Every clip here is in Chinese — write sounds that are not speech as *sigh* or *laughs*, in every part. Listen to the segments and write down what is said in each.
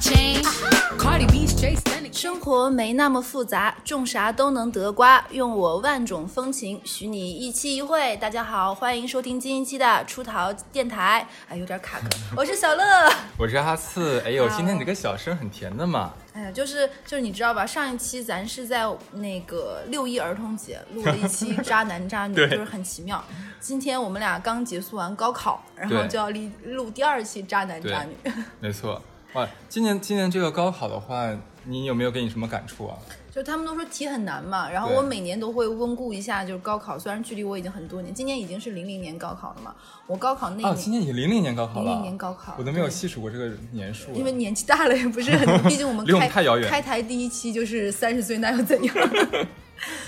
change. Cardi B's Jay Stanick. 生活没那么复杂，种啥都能得瓜。用我万种风情，许你一期一会。大家好，欢迎收听今一期的出逃电台。哎，有点 *laughs* 卡壳，我是小乐。我是哈刺，哎呦，好今天你这个小声很甜的嘛，哎呀，就是就是，你知道吧？上一期咱是在那个六一儿童节录了一期渣男渣 *laughs* 女，对就是很奇妙。今天我们俩刚结束完高考，然后对就要录录第二期渣男渣女。没错。哇，今年今年这个高考的话，你有没有给你什么感触啊？就他们都说题很难嘛，然后对我每年都会温故一下，就是高考，虽然距离我已经很多年，今年已经是零零年高考了嘛，我高考那啊，一今年，年已经零零年高考了，哎00年高考我都没有细数过这个年数了。因为年纪大了也不是 *laughs* 很，毕竟我们离我开们太遥远开台第一期就是三十岁，那又怎样？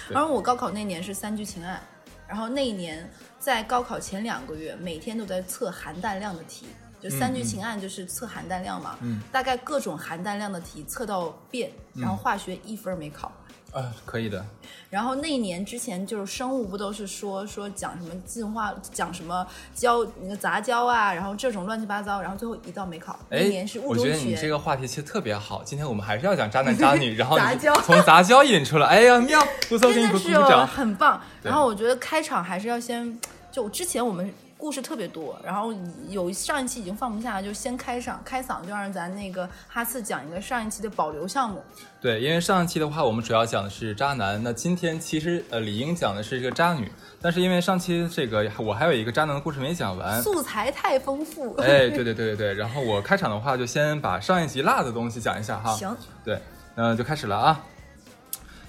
然后我高考那年是三聚氰胺，然后那一年在高考前两个月，每天都在测含氮量的题，就三聚氰胺就是测含氮量嘛，嗯大概各种含氮量的题测到遍，然后化学一分儿没考。啊，可以的，然后那一年之前就是生物不都是说说讲什么进化，讲什么胶那个杂交啊，然后这种乱七八糟，然后最后一道没考。那哎一年是，物我种觉得你这学。个话题其实特别好。今天我们还是要讲渣男渣 *laughs* 女，然后你杂交从杂交引出来，哎呀妙，不错，给真你的鼓是哦鼓有掌。很棒。对然后我觉得开场还是要先，就之前我们故事特别多，然后有上一期已经放不下了，就先开场开嗓，就让咱那个哈次讲一个上一期的保留项目。对，因为上一期的话，我们主要讲的是渣男，那今天其实呃理应讲的是这个渣女，但是因为上期这个我还有一个渣男的故事没讲完，素材太丰富， *laughs* 哎，对对对对对。然后我开场的话，就先把上一集辣的东西讲一下哈。行。对，嗯，就开始了啊。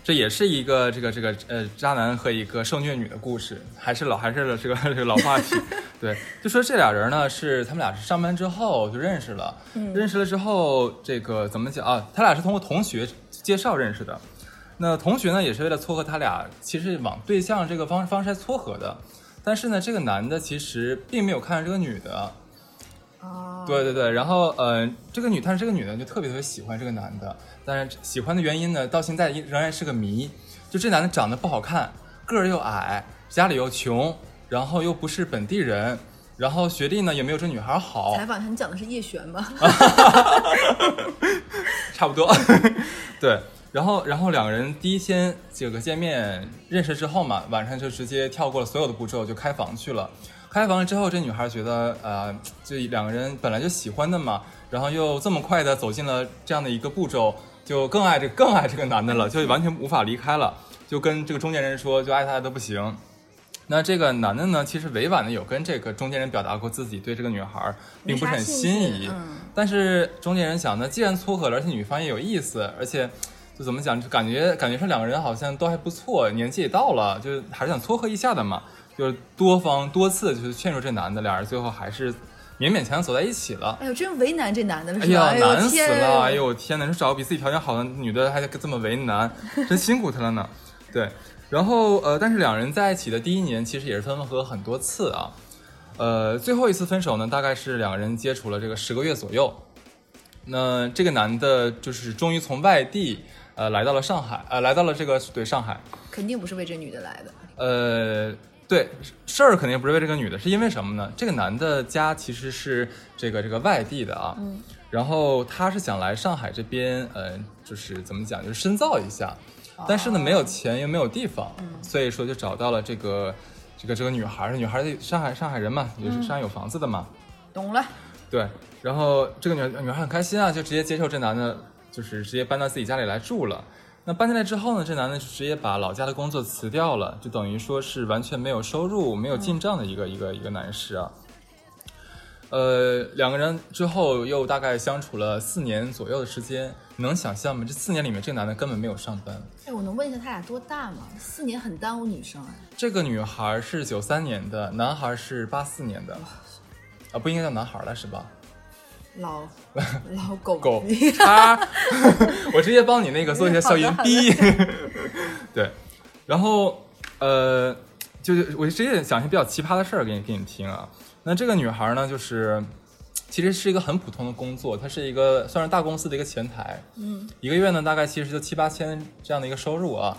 这也是一个这个这个呃渣男和一个受虐女的故事，还是老还是这个这个老话题。 *laughs* 对，就说这俩人呢是他们俩是上班之后就认识了，认识了之后这个怎么讲啊？他俩是通过同学介绍认识的。那同学呢也是为了撮合他俩，其实往对象这个方方式来撮合的。但是呢，这个男的其实并没有看上这个女的，啊，对对对，然后呃，这个女，但是这个女的就特别特别喜欢这个男的，但是喜欢的原因呢，到现在仍然是个谜。就这男的长得不好看，个儿又矮，家里又穷，然后又不是本地人，然后学历呢也没有这女孩好采，访他，你讲的是叶璇吧？啊差不多。 *laughs* 对，然后然后两个人第一天这个见面认识之后嘛，晚上就直接跳过了所有的步骤，就开房去了。开房了之后，这女孩觉得，呃，这两个人本来就喜欢的嘛，然后又这么快的走进了这样的一个步骤，就更爱这更爱这个男的了，就完全无法离开了，就跟这个中间人说，就爱他的不行。那这个男的呢，其实委婉的有跟这个中间人表达过自己对这个女孩并不是很心没啥兴仪，趣嗯但是中间人想呢，既然撮合了，而且女方也有意思，而且就怎么讲，就感觉感觉说两个人好像都还不错，年纪也到了，就还是想撮合一下的嘛。就是多方多次就是劝说这男的，俩人最后还是勉勉强强走在一起了。哎呦，真为难这男的了，哎是吧？呀，哎难呦死天，了！哎呦，我天哪，说找个比自己条件好的女的还这么为难，真辛苦她了呢。对，然后呃，但是两人在一起的第一年，其实也是分合很多次啊。呃，最后一次分手呢，大概是两个人接触了这个十个月左右。那这个男的，就是终于从外地呃来到了上海，呃来到了这个对上海，肯定不是为这女的来的。呃，对，事儿肯定不是为这个女的，是因为什么呢？这个男的家其实是这个这个外地的啊，嗯，然后他是想来上海这边，呃，就是怎么讲，就是深造一下，但是呢，没有钱又没有地方，所以说就找到了这个这个这个女孩儿，女孩儿得上海上海人嘛，也是上海有房子的嘛，懂了，对，然后这个女女孩很开心啊，就直接接受这男的，就是直接搬到自己家里来住了。那搬进来之后呢，这男的就直接把老家的工作辞掉了，就等于说是完全没有收入、没有进账的一个、一个一个男士啊。呃，两个人之后又大概相处了四年左右的时间，你能想象吗？这四年里面，这个男的根本没有上班。哎，我能问一下他俩多大吗？四年很耽误女生哎。这个女孩是九三年的，男孩是八四年的，啊，不应该叫男孩了是吧？ *laughs* 老老狗 *laughs* 狗逼叉， *laughs* 我直接帮你那个做一下消音好的好的逼。 *laughs* 对，然后呃，就是我直接讲一些比较奇葩的事儿给你给你听啊。那这个女孩呢，就是其实是一个很普通的工作，她是一个算是大公司的一个前台，嗯，一个月呢大概其实就七八千这样的一个收入啊。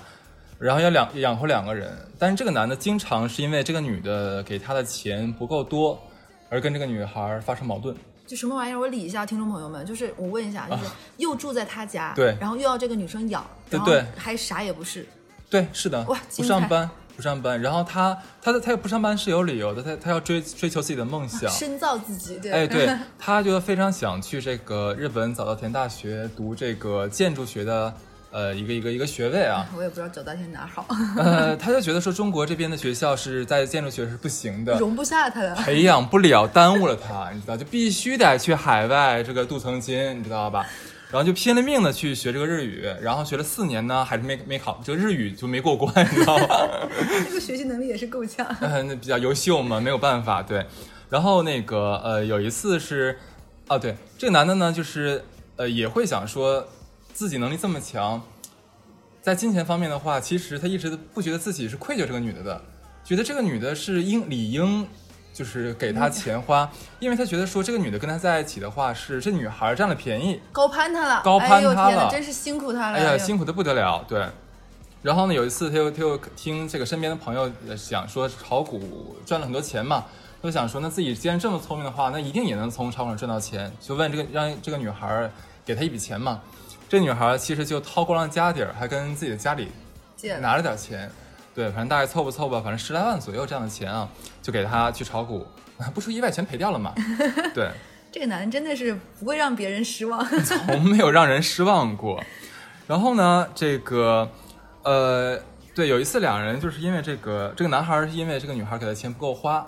然后要两养活两个人，但是这个男的经常是因为这个女的给他的钱不够多，而跟这个女孩发生矛盾。就什么玩意儿？我理一下听众朋友们，就是我问一下，就是又住在他家，啊对然后又要这个女生养，对然对后还啥也不是，对，是的，哇不精上彩班，不上班，然后他他他不上班是有理由的，他他要追追求自己的梦想，深造自己，对，哎， *laughs* 对，他就非常想去这个日本早稻田大学读这个建筑学的呃一个一个一个学位啊， *laughs* 我也不知道找大天哪好，呃，他就觉得说中国这边的学校是在建筑学是不行的，容不下他 *laughs* 的。培养不了，耽误了他，你知道，就必须得去海外这个镀层金，你知道吧？然后就拼了命的去学这个日语，然后学了四年呢，还是没没考，这个日语就没过关，你知道吧？这个学习能力也是够呛。嗯， *laughs* 那比较优秀嘛，没有办法，对。然后那个呃，有一次是，啊，对，这个男的呢，就是呃，也会想说自己能力这么强，在金钱方面的话，其实他一直不觉得自己是愧疚这个女的的，觉得这个女的是应理应就是给他钱花，因为他觉得说这个女的跟他在一起的话，是这女孩占了便宜，高攀他了，高攀他了哎呦天哪，真是辛苦他了。哎呀，辛苦的不得了，对。然后呢，有一次他又他又听这个身边的朋友呃讲说炒股赚了很多钱嘛，他就想说那自己既然这么聪明的话，那一定也能从炒股上赚到钱，就问这个让这个女孩儿给他一笔钱嘛。这女孩儿其实就掏光了家底儿，还跟自己的家里借了拿了点钱，对，反正大概凑吧凑吧，反正十来万左右这样的钱啊，就给他去炒股， *laughs* 不出意外全赔掉了嘛。对，这个男人真的是不会让别人失 *laughs* 望。从没有让人失望过。然后呢，这个，呃，对，有一次两人就是因为这个，这个男孩儿是因为这个女孩儿给他钱不够花，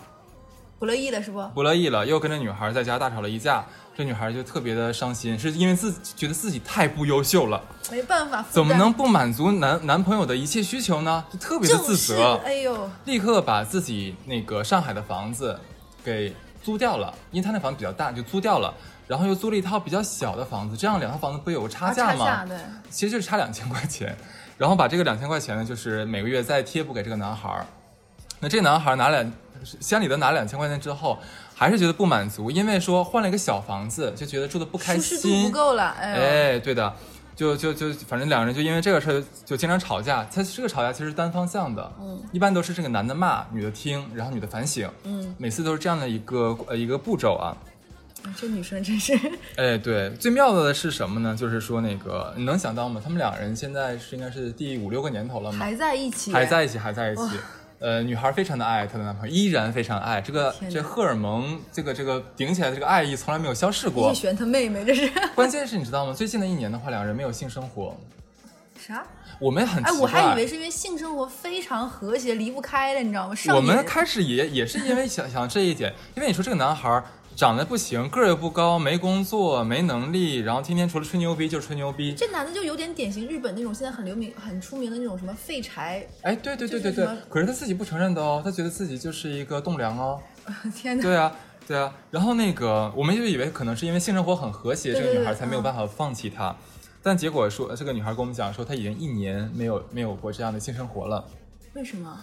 不乐意了是不？不乐意了，又跟这女孩儿在家大吵了一架。这女孩儿就特别的伤心，是因为自己觉得自己太不优秀了，没办法，负担怎么能不满足男男朋友的一切需求呢？就特别的正自是责，哎呦，立刻把自己那个上海的房子给租掉了，因为他那房子比较大，就租掉了。然后又租了一套比较小的房子，这样两套房子不有个差价哦差啊吗？价啊对，其实就是差两千块钱，然后把这个两千块钱呢，就是每个月再贴补给这个男孩儿。那这个男孩儿拿两乡里的拿两千块钱之后，还是觉得不满足，因为说换了一个小房子，就觉得住的不开舒心，适度不够了，哎呦，哎，对的，就就就，反正两个人就因为这个事儿就经常吵架。他这个吵架其实是单方向的，嗯，一般都是这个男的骂，女的听，然后女的反省，嗯，每次都是这样的一个呃一个步骤啊。这女生真是哎，对，最妙的是什么呢？就是说那个你能想到吗？他们两人现在是应该是第五六个年头了嘛，还在一起，嗯还在一起，啊还在一起。呃，女孩非常的爱她的男朋友，依然非常爱这个天哪这荷尔蒙，这个这个顶起来的这个爱意从来没有消逝过叶。璇她妹妹，这是关键是你知道吗？最近的一年的话，两人没有性生活，啥？我们很哎，奇我怪，还以为是因为性生活非常和谐，离不开了，你知道吗？上我瘾们开始也也是因为想想这一点，因为你说这个男孩儿长得不行，个儿又不高，没工作，没能力，然后天天除了吹牛逼就是吹牛逼。这男的就有点典型日本那种现在很流名、很出名的那种什么废柴， *laughs* 哎，对对对对这是对什么，可是他自己不承认的哦，他觉得自己就是一个栋梁哦。天哪！对啊，对啊。然后那个，我们就以为可能是因为性生活很和谐，对这个女对孩对才没有嗯办法放弃他。但结果说，这个女孩跟我们讲说，她已经一年没有没有过这样的性生活了。为什么？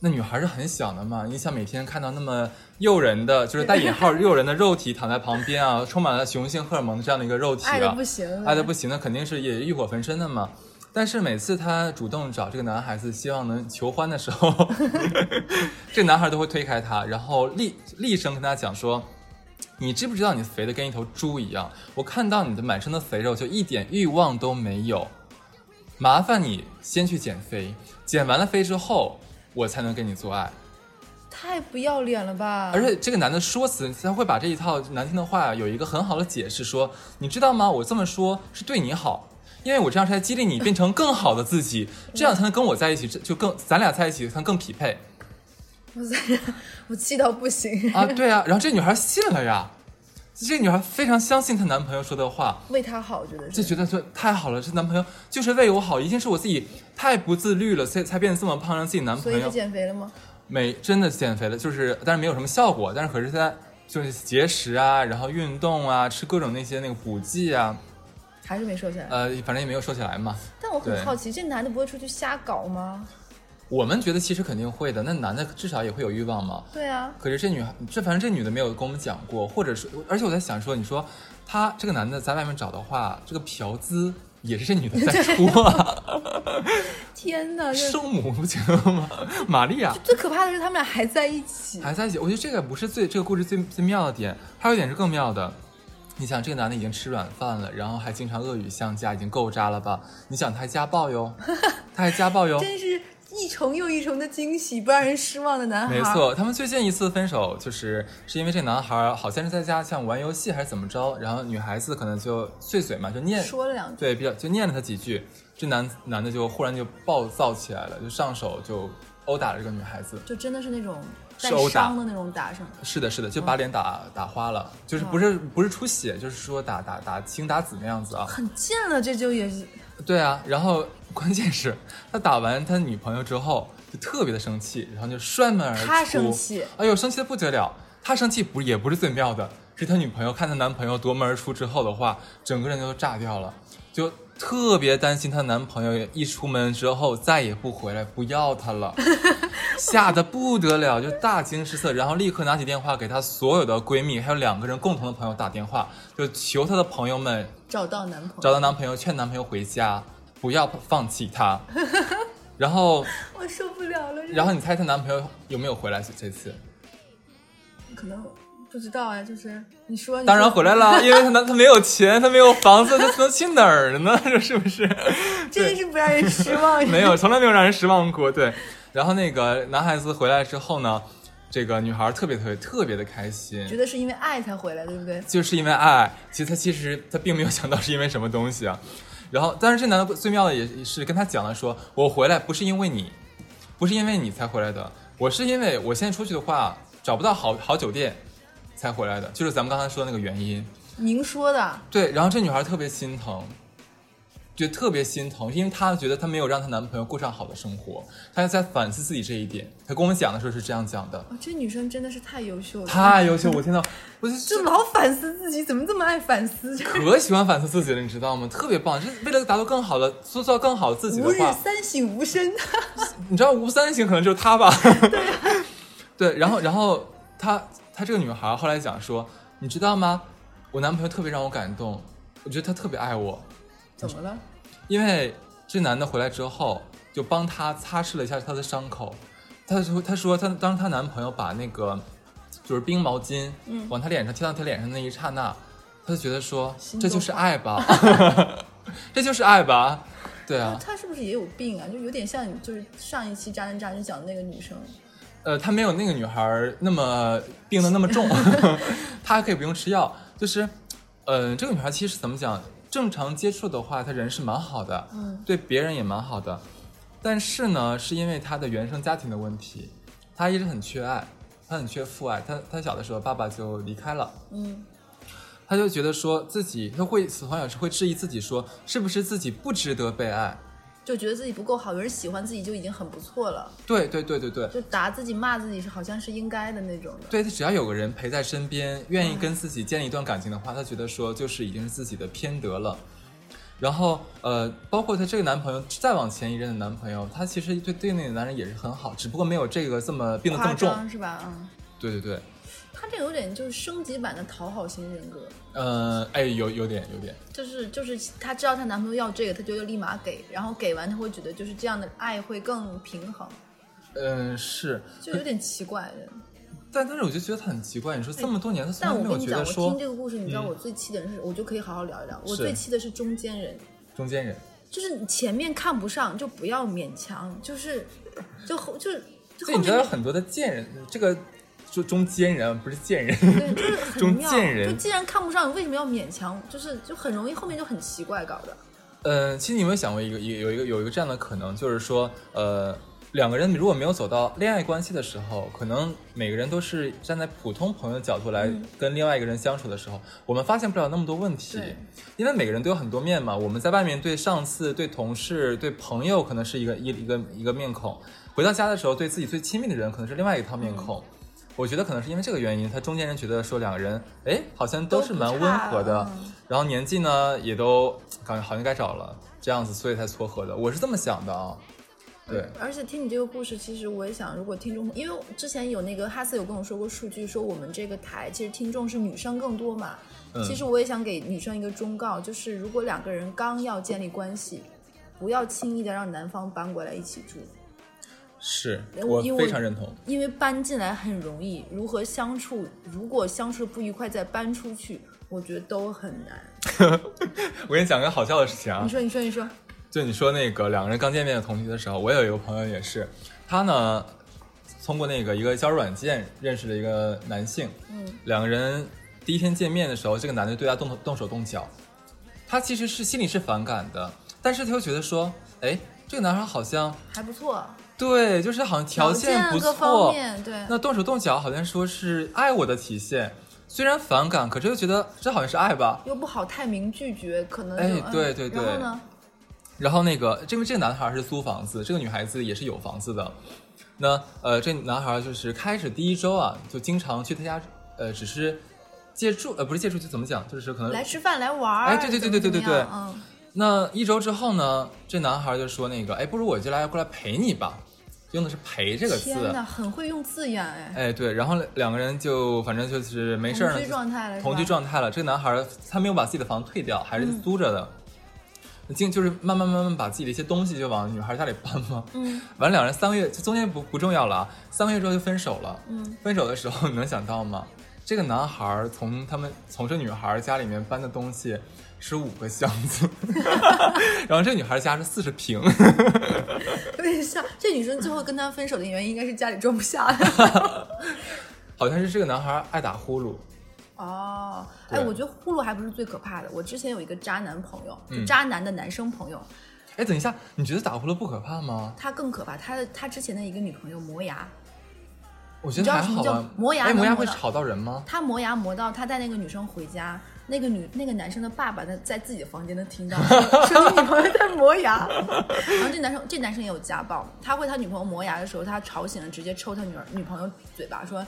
那女孩是很想的嘛，你想每天看到那么诱人的，就是带引号诱人的肉体躺在旁边啊，充满了雄性荷尔蒙的这样的一个肉体啊，爱的不行了，爱得不行，那肯定是也欲火焚身的嘛。但是每次她主动找这个男孩子，希望能求欢的时候， *laughs* 这男孩都会推开她，然后厉厉声跟她讲说：“你知不知道你肥的跟一头猪一样？我看到你的满身的肥肉，就一点欲望都没有。麻烦你先去减肥，减完了肥之后，我才能跟你做爱。”太不要脸了吧！而且这个男的说辞，他会把这一套难听的话有一个很好的解释，说你知道吗？我这么说是对你好，因为我这样是在激励你变成更好的自己，这样才能跟我在一起，这就更咱俩在一起才能更匹配我在这我气到不行，啊！对啊，然后这女孩信了呀，这女孩非常相信她男朋友说的话，为他好，我觉得。就是觉得说太好了，这男朋友就是为我好，一定是我自己太不自律了，才才变得这么胖，让自己男所朋以就友减肥了吗？没真的减肥了，就是呃但是没有什么效果，但是可是他就是节食啊，然后运动啊，吃各种那些那个补剂啊，还是没瘦下来？呃，反正也没有瘦起来嘛。但我对很好奇，这男的不会出去瞎搞吗？我们觉得其实肯定会的，那男的至少也会有欲望嘛。对啊，可是这女孩，这反正这女的没有跟我们讲过，或者说，而且我在想说，你说他这个男的在外面找的话，这个嫖资也是这女的在出啊，天哪！这圣母不行吗？玛利亚，最可怕的是他们俩还在一起，还在一起。我觉得这个不是最这个故事最最妙的点，还有一点是更妙的。你想这个男的已经吃软饭了，然后还经常恶语相加，已经够渣了吧？你想他还家 *laughs* 暴哟，他还家暴哟，真是一重又一重的惊喜，不让人失望的男孩。没错，他们最近一次分手就是是因为这男孩好像是在家像玩游戏还是怎么着，然后女孩子可能就碎嘴嘛，就念说了两句，对，比较就念了他几句，这男男的就忽然就暴躁起来了，就上手就殴打了这个女孩子。就真的是那种带是殴打伤的那种打上，是的，是的，就把脸打、打花了，就是哇不是不是出血，就是说打打打青打紫那样子啊。很贱了，这就也是对啊，然后关键是他打完他女朋友之后就特别的生气，然后就摔门而出。他生气哎呦，生气的不得了。他生气不也不是最妙的，是他女朋友看她男朋友夺门而出之后的话，整个人就炸掉了，就特别担心她男朋友一出门之后再也不回来，不要她 *laughs* 了，吓得不得了，就大惊失色，然后立刻拿起电话给她所有的闺蜜还有两个人共同的朋友打电话，就求她的朋友们找到男朋找友。到男朋友，劝男朋友回家，不要放弃他。然后，我受不了了，这然后你猜她男朋友有没有回来这？这次可能不知道啊，就是你说，你当然说回来了，因为她男她没有钱，她没有房子，她能去哪儿呢？这是不是？ *laughs* 真是不让人失望。没有，从来没有让人失望过。对，然后那个男孩子回来之后呢，这个女孩特别特别特别的开心，觉得是因为爱才回来，对不对？就是因为爱，其实他其实他并没有想到是因为什么东西啊。然后，但是这男的最妙的也是跟他讲了说，我回来不是因为你，不是因为你才回来的，我是因为我现在出去的话找不到好好酒店才回来的，就是咱们刚才说的那个原因。明说的，对，然后这女孩特别心疼，觉得特别心疼，因为她觉得她没有让她男朋友过上好的生活，她在反思自己这一点。她跟我们讲的时候是这样讲的，哦，这女生真的是太优秀了，太优秀，我天呐，我就就老反思自己，怎么这么爱反思？可喜欢反思自己了，你知道吗？特别棒，就是为了达到更好的、塑造更好的自己的吾日话，三省吾身， *laughs* 你知道吴三省可能就是他吧？对、 *laughs* 对，然后然后她她这个女孩后来讲说，你知道吗？我男朋友特别让我感动，我觉得他特别爱我，怎么了？因为这男的回来之后就帮她擦拭了一下她的伤口，她说她说她当她男朋友把那个就是冰毛巾往她脸上贴到她脸上那一刹那，她就觉得说心这动就是了爱吧，这就是爱吧，对啊，她是不是也有病啊？就有点像你就是上一期渣男渣女讲的那个女生，呃，她没有那个女孩儿那么病的那么 *laughs* 重，她还可以不用吃药。就是，呃，这个女孩其实怎么讲，正常接触的话，她人是蛮好的，嗯，对别人也蛮好的。但是呢，是因为她的原生家庭的问题，她一直很缺爱，她很缺父爱。她她小的时候爸爸就离开了，嗯，她就觉得说自己，她会好像是会质疑自己说，是不是自己不值得被爱？就觉得自己不够好，有人喜欢自己就已经很不错了，对对对对对，就打自己骂自己是好像是应该的那种的。对他只要有个人陪在身边，愿意嗯跟自己建立一段感情的话，他觉得说就是已经是自己的偏得了。然后呃，包括她这个男朋友，再往前一任的男朋友，他其实对对那个男人也是很好，只不过没有这个这么病得这夸么重张。是吧？嗯，对对对，她这有点就是升级版的讨好型人格，呃，哎，有有点有点，就是就是她知道她男朋友要这个，她就要立马给，然后给完她会觉得就是这样的爱会更平衡，嗯、是，就有点奇怪的。但但是我就觉得他很奇怪，你说这么多年，他从哎但来我没有跟你觉讲，得我听说嗯这个故事，你知道我最气的人是，我就可以好好聊一聊。我是最气的是中间人，中间人，就是你前面看不上就不要勉强，就是就后就就所以后你知道有面很多的贱人，这个就中间人啊不是贱人，对，就是很 *laughs* 中妙。间人就既然看不上，为什么要勉强？就是就很容易后面就很奇怪搞的。嗯，其实你有没有想过一个一个有一个有一个这样的可能，就是说，呃，两个人如果没有走到恋爱关系的时候，可能每个人都是站在普通朋友的角度来跟另外一个人相处的时候，我们发现不了那么多问题对，因为每个人都有很多面嘛。我们在外面对上司、对同事、对朋友可能是一个一一个一个面孔，回到家的时候对自己最亲密的人可能是另外一套面孔。我觉得可能是因为这个原因，他中间人觉得说两个人，哎，好像都是蛮温和都不的差嗯，然后年纪呢也都感觉好像该找了，这样子所以才撮合的。我是这么想的啊，对，而且听你这个故事，其实我也想，如果听众，因为之前有那个哈斯有跟我说过数据，说我们这个台其实听众是女生更多嘛。嗯其实我也想给女生一个忠告，就是如果两个人刚要建立关系，不要轻易的让男方搬过来一起住，是因我为非常认同。因为搬进来很容易，如何相处，如果相处不愉快再搬出去，我觉得都很难。我跟你讲个好笑的事情啊你，说，你说，你说，就你说那个两个人刚见面的同学的时候，我有一个朋友也是，他呢通过那个一个交友软件认识了一个男性，嗯，两个人第一天见面的时候，这个男的对他动头动手动脚，他其实是心里是反感的，但是他又觉得说，哎，这个男孩好像还不错，对，就是好像条件不各方错，面对，那动手动脚好像说是爱我的体现，虽然反感，可是又觉得这好像是爱吧，又不好太明拒绝，可能哎就嗯对对然后对呢，然后那个这个这个男孩是租房子，这个女孩子也是有房子的。那呃，这男孩就是开始第一周啊，就经常去他家，呃，只是借住，呃，不是借住，就怎么讲，就是可来能。吃饭，来玩儿，哎对对对对怎么对对对样嗯，那一周之后呢，这男孩就说那个，哎，不如我就来过来陪你吧，用的是陪这个啊天字哪，。很会用字眼哎，哎，对，然后两个人就反正就是没事儿呢，同居就状态了，同居状态了。这个男孩儿他没有把自己的房子退掉，还嗯是租着的，竟、就是慢慢慢慢把自己的一些东西就往女孩家里搬嘛。嗯，完了两人三个月，就中间不不重要了啊，三个月之后就分手了。嗯，分手的时候你能想到吗？这个男孩儿从他们从这女孩儿家里面搬的东西是五个箱 *laughs* 子，然后这女孩儿家是四十平， *laughs* 有点像这女生最后跟他分手的原因，应该是家里装不下了。 *laughs* 好像是这个男孩儿爱打呼噜。哦，哎，对我觉得呼噜还不是最可怕的。我之前有一个渣男朋友，就嗯渣男的男生朋友，哎，等一下，你觉得打呼噜不可怕吗？他更可怕。他的他之前的一个女朋友磨牙，我觉得还好你知道什啊么叫。磨牙哎，能磨牙磨会到吵到人吗？他磨牙磨到他带那个女生回家，那个女那个男生的爸爸呢在自己的房间能听到，说说你女朋友在磨牙。然后这男生这男生也有家暴，他为他女朋友磨牙的时候，他吵醒了，直接抽他女儿女朋友嘴巴说。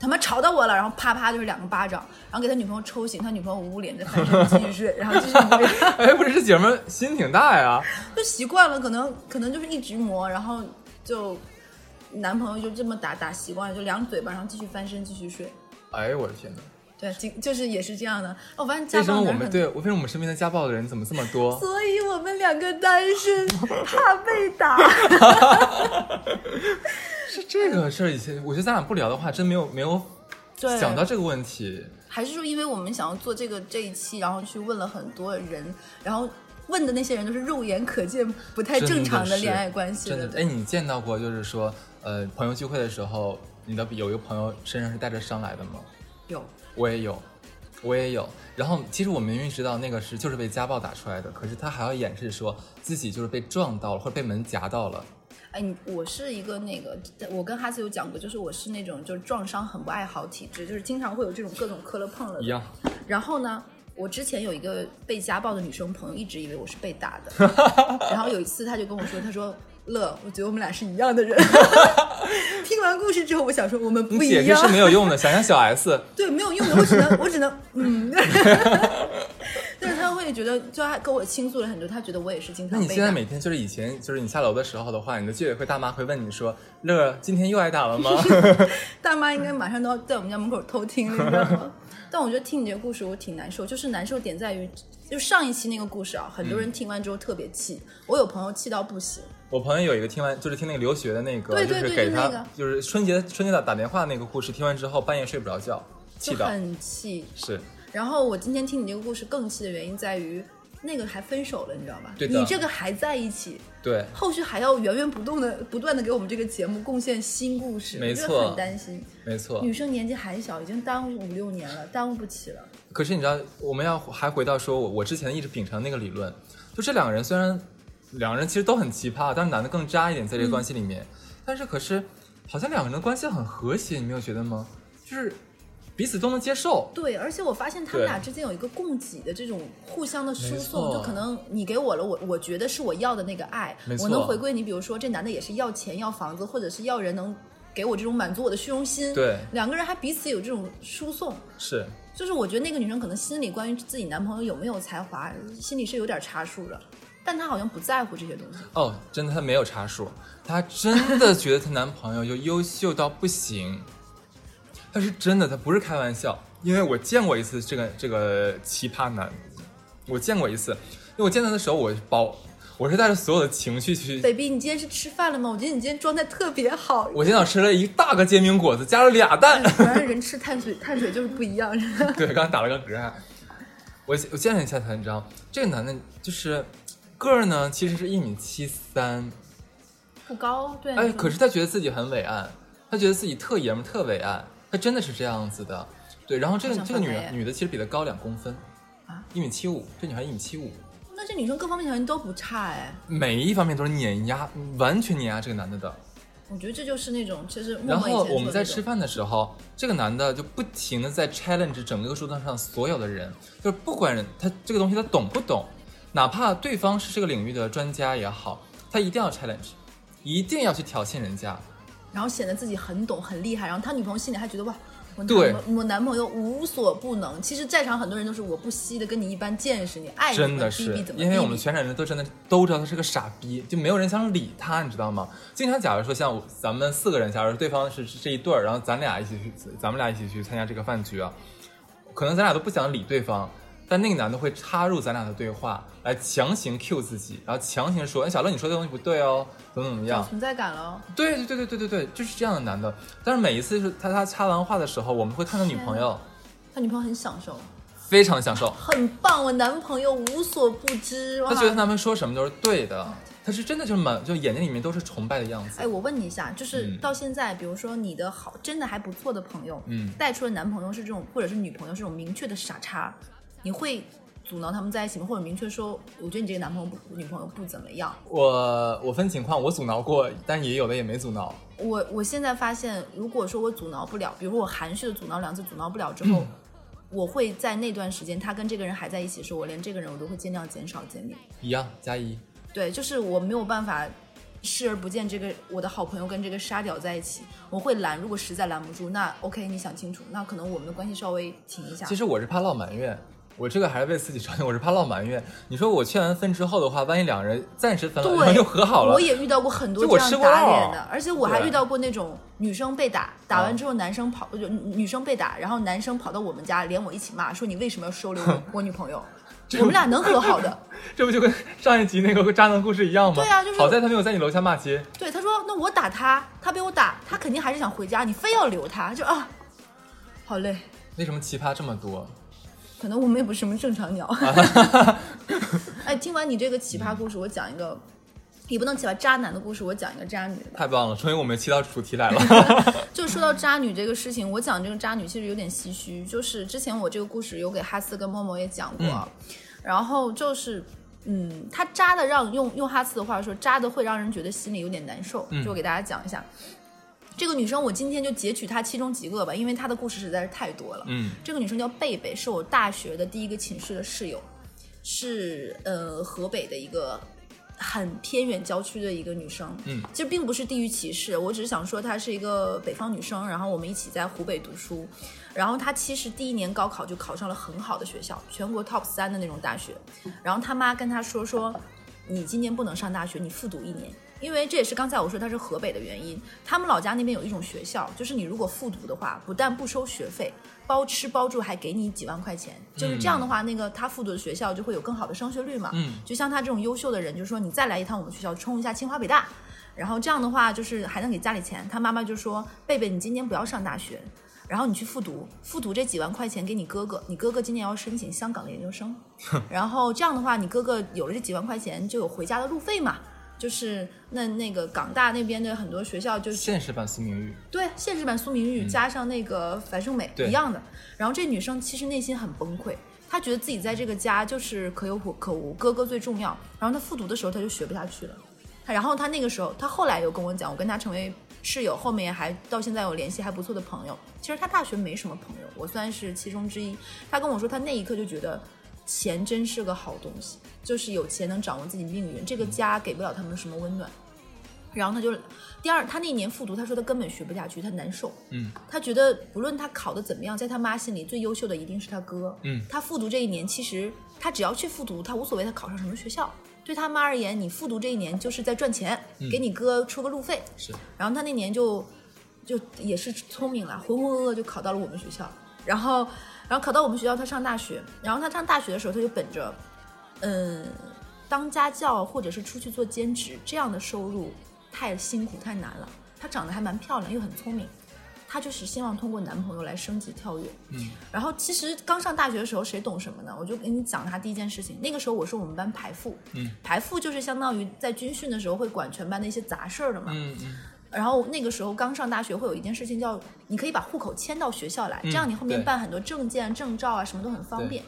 他妈吵到我了，然后啪啪就是两个巴掌，然后给他女朋友抽醒，他女朋友捂捂脸再翻身继续睡，然后继续磨牙。 *laughs* 哎，不是，这姐们儿心挺大呀。就习惯了，可能可能就是一直磨，然后就男朋友就这么打打习惯了，就两嘴巴，然后继续翻身继续睡。哎呦我的天哪！对，就就是也是这样的。哦我发现家为什暴么我男们很，对，为什么我们身边的家暴的人怎么这么多？所以我们两个单身，怕被打。 *laughs* 是这个事儿，以前我觉得咱俩不聊的话，真没有没有对，想到这个问题。还是说，因为我们想要做这个这一期，然后去问了很多人，然后问的那些人都是肉眼可见不太正常真的是恋爱关系真了的，哎，你见到过就是说，呃，朋友聚会的时候，你的有一个朋友身上是带着伤来的吗？有我也有，我也有。然后其实我明明知道那个是就是被家暴打出来的，可是他还要掩饰说自己就是被撞到了，或者被门夹到了。哎，你我是一个那个，我跟哈斯有讲过，就是我是那种就是撞伤很不爱好体质，就是经常会有这种各种磕了碰了一的。样，然后呢，我之前有一个被家暴的女生朋友，一直以为我是被打 *laughs* 的。然后有一次，她就跟我说，她说：“乐，我觉得我们俩是一样的 *laughs* 人。”听完故事之后，我想说我们你不一解释样是，没有用的。想想小 S，对，没有用的，我只能我只能嗯。 *laughs* 但是她会觉得，就她跟我倾诉了很多，她觉得我也是经那常你被现在打。每天就是以前就是你下楼的时候的话，你的居委会大妈会问你说：“乐儿，今天又挨打 *laughs* 了吗大妈应该马上都要在我们家门口偷听了，你知道 *laughs* 吗？但我觉得听你这个故事，我挺难受，就是难受点在于，就上一期那个故事啊，很多嗯人听完之后特别气，我有朋友气到不行，？”我朋友有一个听完就是听那个留学的那个，对对就是对给就他、那个就是春节春节打打电话那个故事，听完之后半夜睡不着觉，就气到很气。是然后我今天听你这个故事更气的原因在于，那个还分手了，你知道吧？对的你这个还在一起，对。后续还要源源不断的不断的给我们这个节目贡献新故事，没我觉得错很担心。没错女，生年纪还小，已经耽误五六年了，耽误不起了。可是你知道，我们要还回到说我我之前一直秉承那个理论，就这两个人虽然两个人其实都很奇葩，但是男的更渣一点在这个关系里面，嗯但是可是好像两个人的关系很和谐，你没有觉得吗？就是彼此都能接受，对，而且我发现他们对俩之间有一个供给的这种互相的输没送，错就可能你给我了，我我觉得是我要的那个爱没，我错能回归你。比如说，这男的也是要钱要房子，或者是要人能给我这种满足我的虚荣心。对两个人还彼此有这种输送，是就是我觉得那个女生可能心里关于自己男朋友有没有才华，心里是有点差数的，但她好像不在乎这些东西。哦，真的，她没有差数，她真的觉得她男朋友就优秀到不行，她是真的，她不是开玩笑。因为我见过一次这个这个奇葩男，我见过一次，因为我见他的时候我包，我是带着所有的情绪去。 baby，你今天是吃饭了吗？我觉得你今天状态特别好。 *laughs* 我今早吃了一大个煎饼果子，加了俩蛋。果然人吃碳水，碳水就是不一样。 *laughs* 真的对，刚刚打了个嗝啊。我我见了一下他，你知道，这个男的就是个儿呢，其实是一米七三，不高，对。哎，可是他觉得自己很伟岸，他觉得自己特爷们儿、特伟岸，他真的是这样子的。对，然后这个好想这个女翻白眼女的其实比他高两公分啊，一米七五，这女孩一米七五，那这女生各方面条件都不差哎，每一方面都是碾压，完全碾压这个男的的。我觉得这就是那种就是默然默以前后做的我们在吃那种饭的时候，这个男的就不停的在 challenge 整个桌子上所有的人，就是不管人他这个东西他懂不懂，哪怕对方是这个领域的专家也好，他一定要 challenge，一定要去挑衅人家。然后显得自己很懂很厉害，然后他女朋友心里还觉得哇。我对男朋我男朋友无所不能。其实，在场很多人都是我不惜的跟你一般见识，你爱怎真么的逼逼是怎，么因为我们逼逼全场人都真的都知道他是个傻逼，就没有人想理他，你知道吗？经常，假如说像我咱们四个人，假如对方是是这一对儿，然后咱俩一起去，咱们俩一起去参加这个饭局啊，可能咱俩都不想理对方，但那个男的会插入咱俩的对话，来强行 cue 自己，然后强行说：“哎，小乐，你说这东西不对哦，怎么怎么找样。”存在感了。哦对对对对对对对，就是这样的男的。但是每一次是他他插完话的时候，我们会看到女朋友他女朋友很享受，非常享受，很棒。我男朋友无所不知。哇他觉得他们说什么都是对的，他是真的就是满，就眼睛里面都是崇拜的样子哎，。我问你一下，就是嗯到现在，比如说你的好，真的还不错的朋友，嗯带出了男朋友是这种，或者是女朋友是这种明确的傻叉，你会阻挠他们在一起吗？或者明确说，我觉得你这个男朋友不，女朋友不怎么样。我我分情况，我阻挠过，但也有的也没阻挠。我我现在发现，如果说我阻挠不了，比如说我含蓄的阻挠两次，阻挠不了之嗯后，我会在那段时间他跟这个人还在一起的时候，我连这个人我都会尽量减少见面。一样加一，对，就是我没有办法视而不见这个我的好朋友跟这个沙屌在一起，我会拦。如果实在拦不住，那 OK，你想清楚，那可能我们的关系稍微停一下。其实我是怕落埋怨，我这个还是为自己着想，我是怕落埋怨。你说我劝完分之后的话，万一两人暂时分了，然后对，又和好了，我也遇到过很多就我这样吃过打药脸的，而且我还对遇到过那种女生被打，打完啊之后男生跑，就女女生被打，然后男生跑到我们家，连我一起骂，说你为什么要收留 *laughs* 我我女朋友？我们俩能和好的。这不就跟上一集那个渣男故事一样吗？对啊就是好在他没有在你楼下骂街。对，他说那我打他，他被我打，他肯定还是想回家，你非要留他，就啊，好累。为什么奇葩这么多？可能我们也不是什么正 *laughs* 常鸟。哎，听完你这个奇葩故事，我讲一个，也不能奇葩渣男的故事，我讲一个渣女的吧。太棒了，终于我们切到主题来 *laughs* 了。就说到渣女这个事情，我讲这个渣女其实有点唏嘘。就是之前我这个故事有给哈斯跟默默也讲过，嗯然后就是，嗯，他渣的让用用哈斯的话说，渣的会让人觉得心里有点难受。嗯就我给大家讲一下，这个女生我今天就截取她其中几个吧，因为她的故事实在是太多了。嗯，这个女生叫贝贝，是我大学的第一个寝室的室友，是呃河北的一个很偏远郊区的一个女生。嗯，其实并不是地域歧视，我只是想说她是一个北方女生，然后我们一起在湖北读书，然后她其实第一年高考就考上了很好的学校，全国 top 三的那种大学，然后她妈跟她说说，你今年不能上大学，你复读一年。因为这也是刚才我说她是河北的原因，他们老家那边有一种学校，就是你如果复读的话，不但不收学费，包吃包住，还给你几万块钱。就是这样的话，那个他复读的学校就会有更好的升学率嘛。嗯就像他这种优秀的人，就说你再来一趟我们学校，冲一下清华北大。然后这样的话，就是还能给家里钱。他妈妈就说：“贝贝，你今年不要上大学，然后你去复读，复读这几万块钱给你哥哥，你哥哥今年要申请香港的研究生。然后这样的话，你哥哥有了这几万块钱，就有回家的路费嘛。就是那那个港大那边的很多学校就现实版苏明玉，对，现实版苏明玉加上那个樊胜美、对一样的。然后这女生其实内心很崩溃，她觉得自己在这个家就是可有可无，哥哥最重要。然后她复读的时候，她就学不下去了。她然后她那个时候，她后来有跟我讲，我跟她成为室友，后面还到现在有联系还不错的朋友。其实她大学没什么朋友，我算是其中之一。她跟我说，她那一刻就觉得。钱真是个好东西，就是有钱能掌握自己命运。这个家给不了他们什么温暖，然后他就第二，他那年复读，他说他根本学不下去，他难受。嗯，他觉得不论他考的怎么样，在他妈心里最优秀的一定是他哥。嗯他复读这一年，其实他只要去复读，他无所谓他考上什么学校。对他妈而言，你复读这一年就是在赚钱，嗯给你哥出个路费。是然后他那年就就也是聪明了，浑浑噩噩就考到了我们学校。然后，然后考到我们学校，他上大学。然后他上大学的时候，他就本着，嗯，当家教或者是出去做兼职，这样的收入太辛苦太难了。她长得还蛮漂亮，又很聪明，她就是希望通过男朋友来升级跳跃。嗯，然后其实刚上大学的时候，谁懂什么呢？我就给你讲她第一件事情。那个时候我是我们班排副，嗯，排副就是相当于在军训的时候会管全班的一些杂事儿的嘛。嗯嗯，然后那个时候刚上大学，会有一件事情叫你可以把户口迁到学校来，这样你后面对办很多证件、证照啊什么都很方便。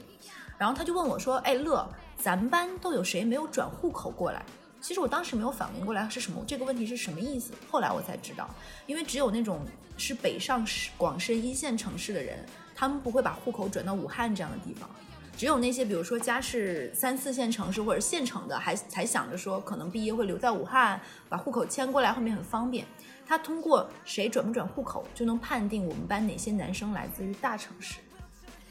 然后他就问我说：“哎，乐，咱班都有谁没有转户口过来？”其实我当时没有反应过来是什么这个问题是什么意思，后来我才知道，因为只有那种是北上是广深一线城市的人，他们不会把户口转到武汉这样的地方。只有那些比如说家是三四线城市或者县城的，还才想着说可能毕业会留在武汉，把户口迁过来，后面很方便。他通过谁转不转户口，就能判定我们班哪些男生来自于大城市，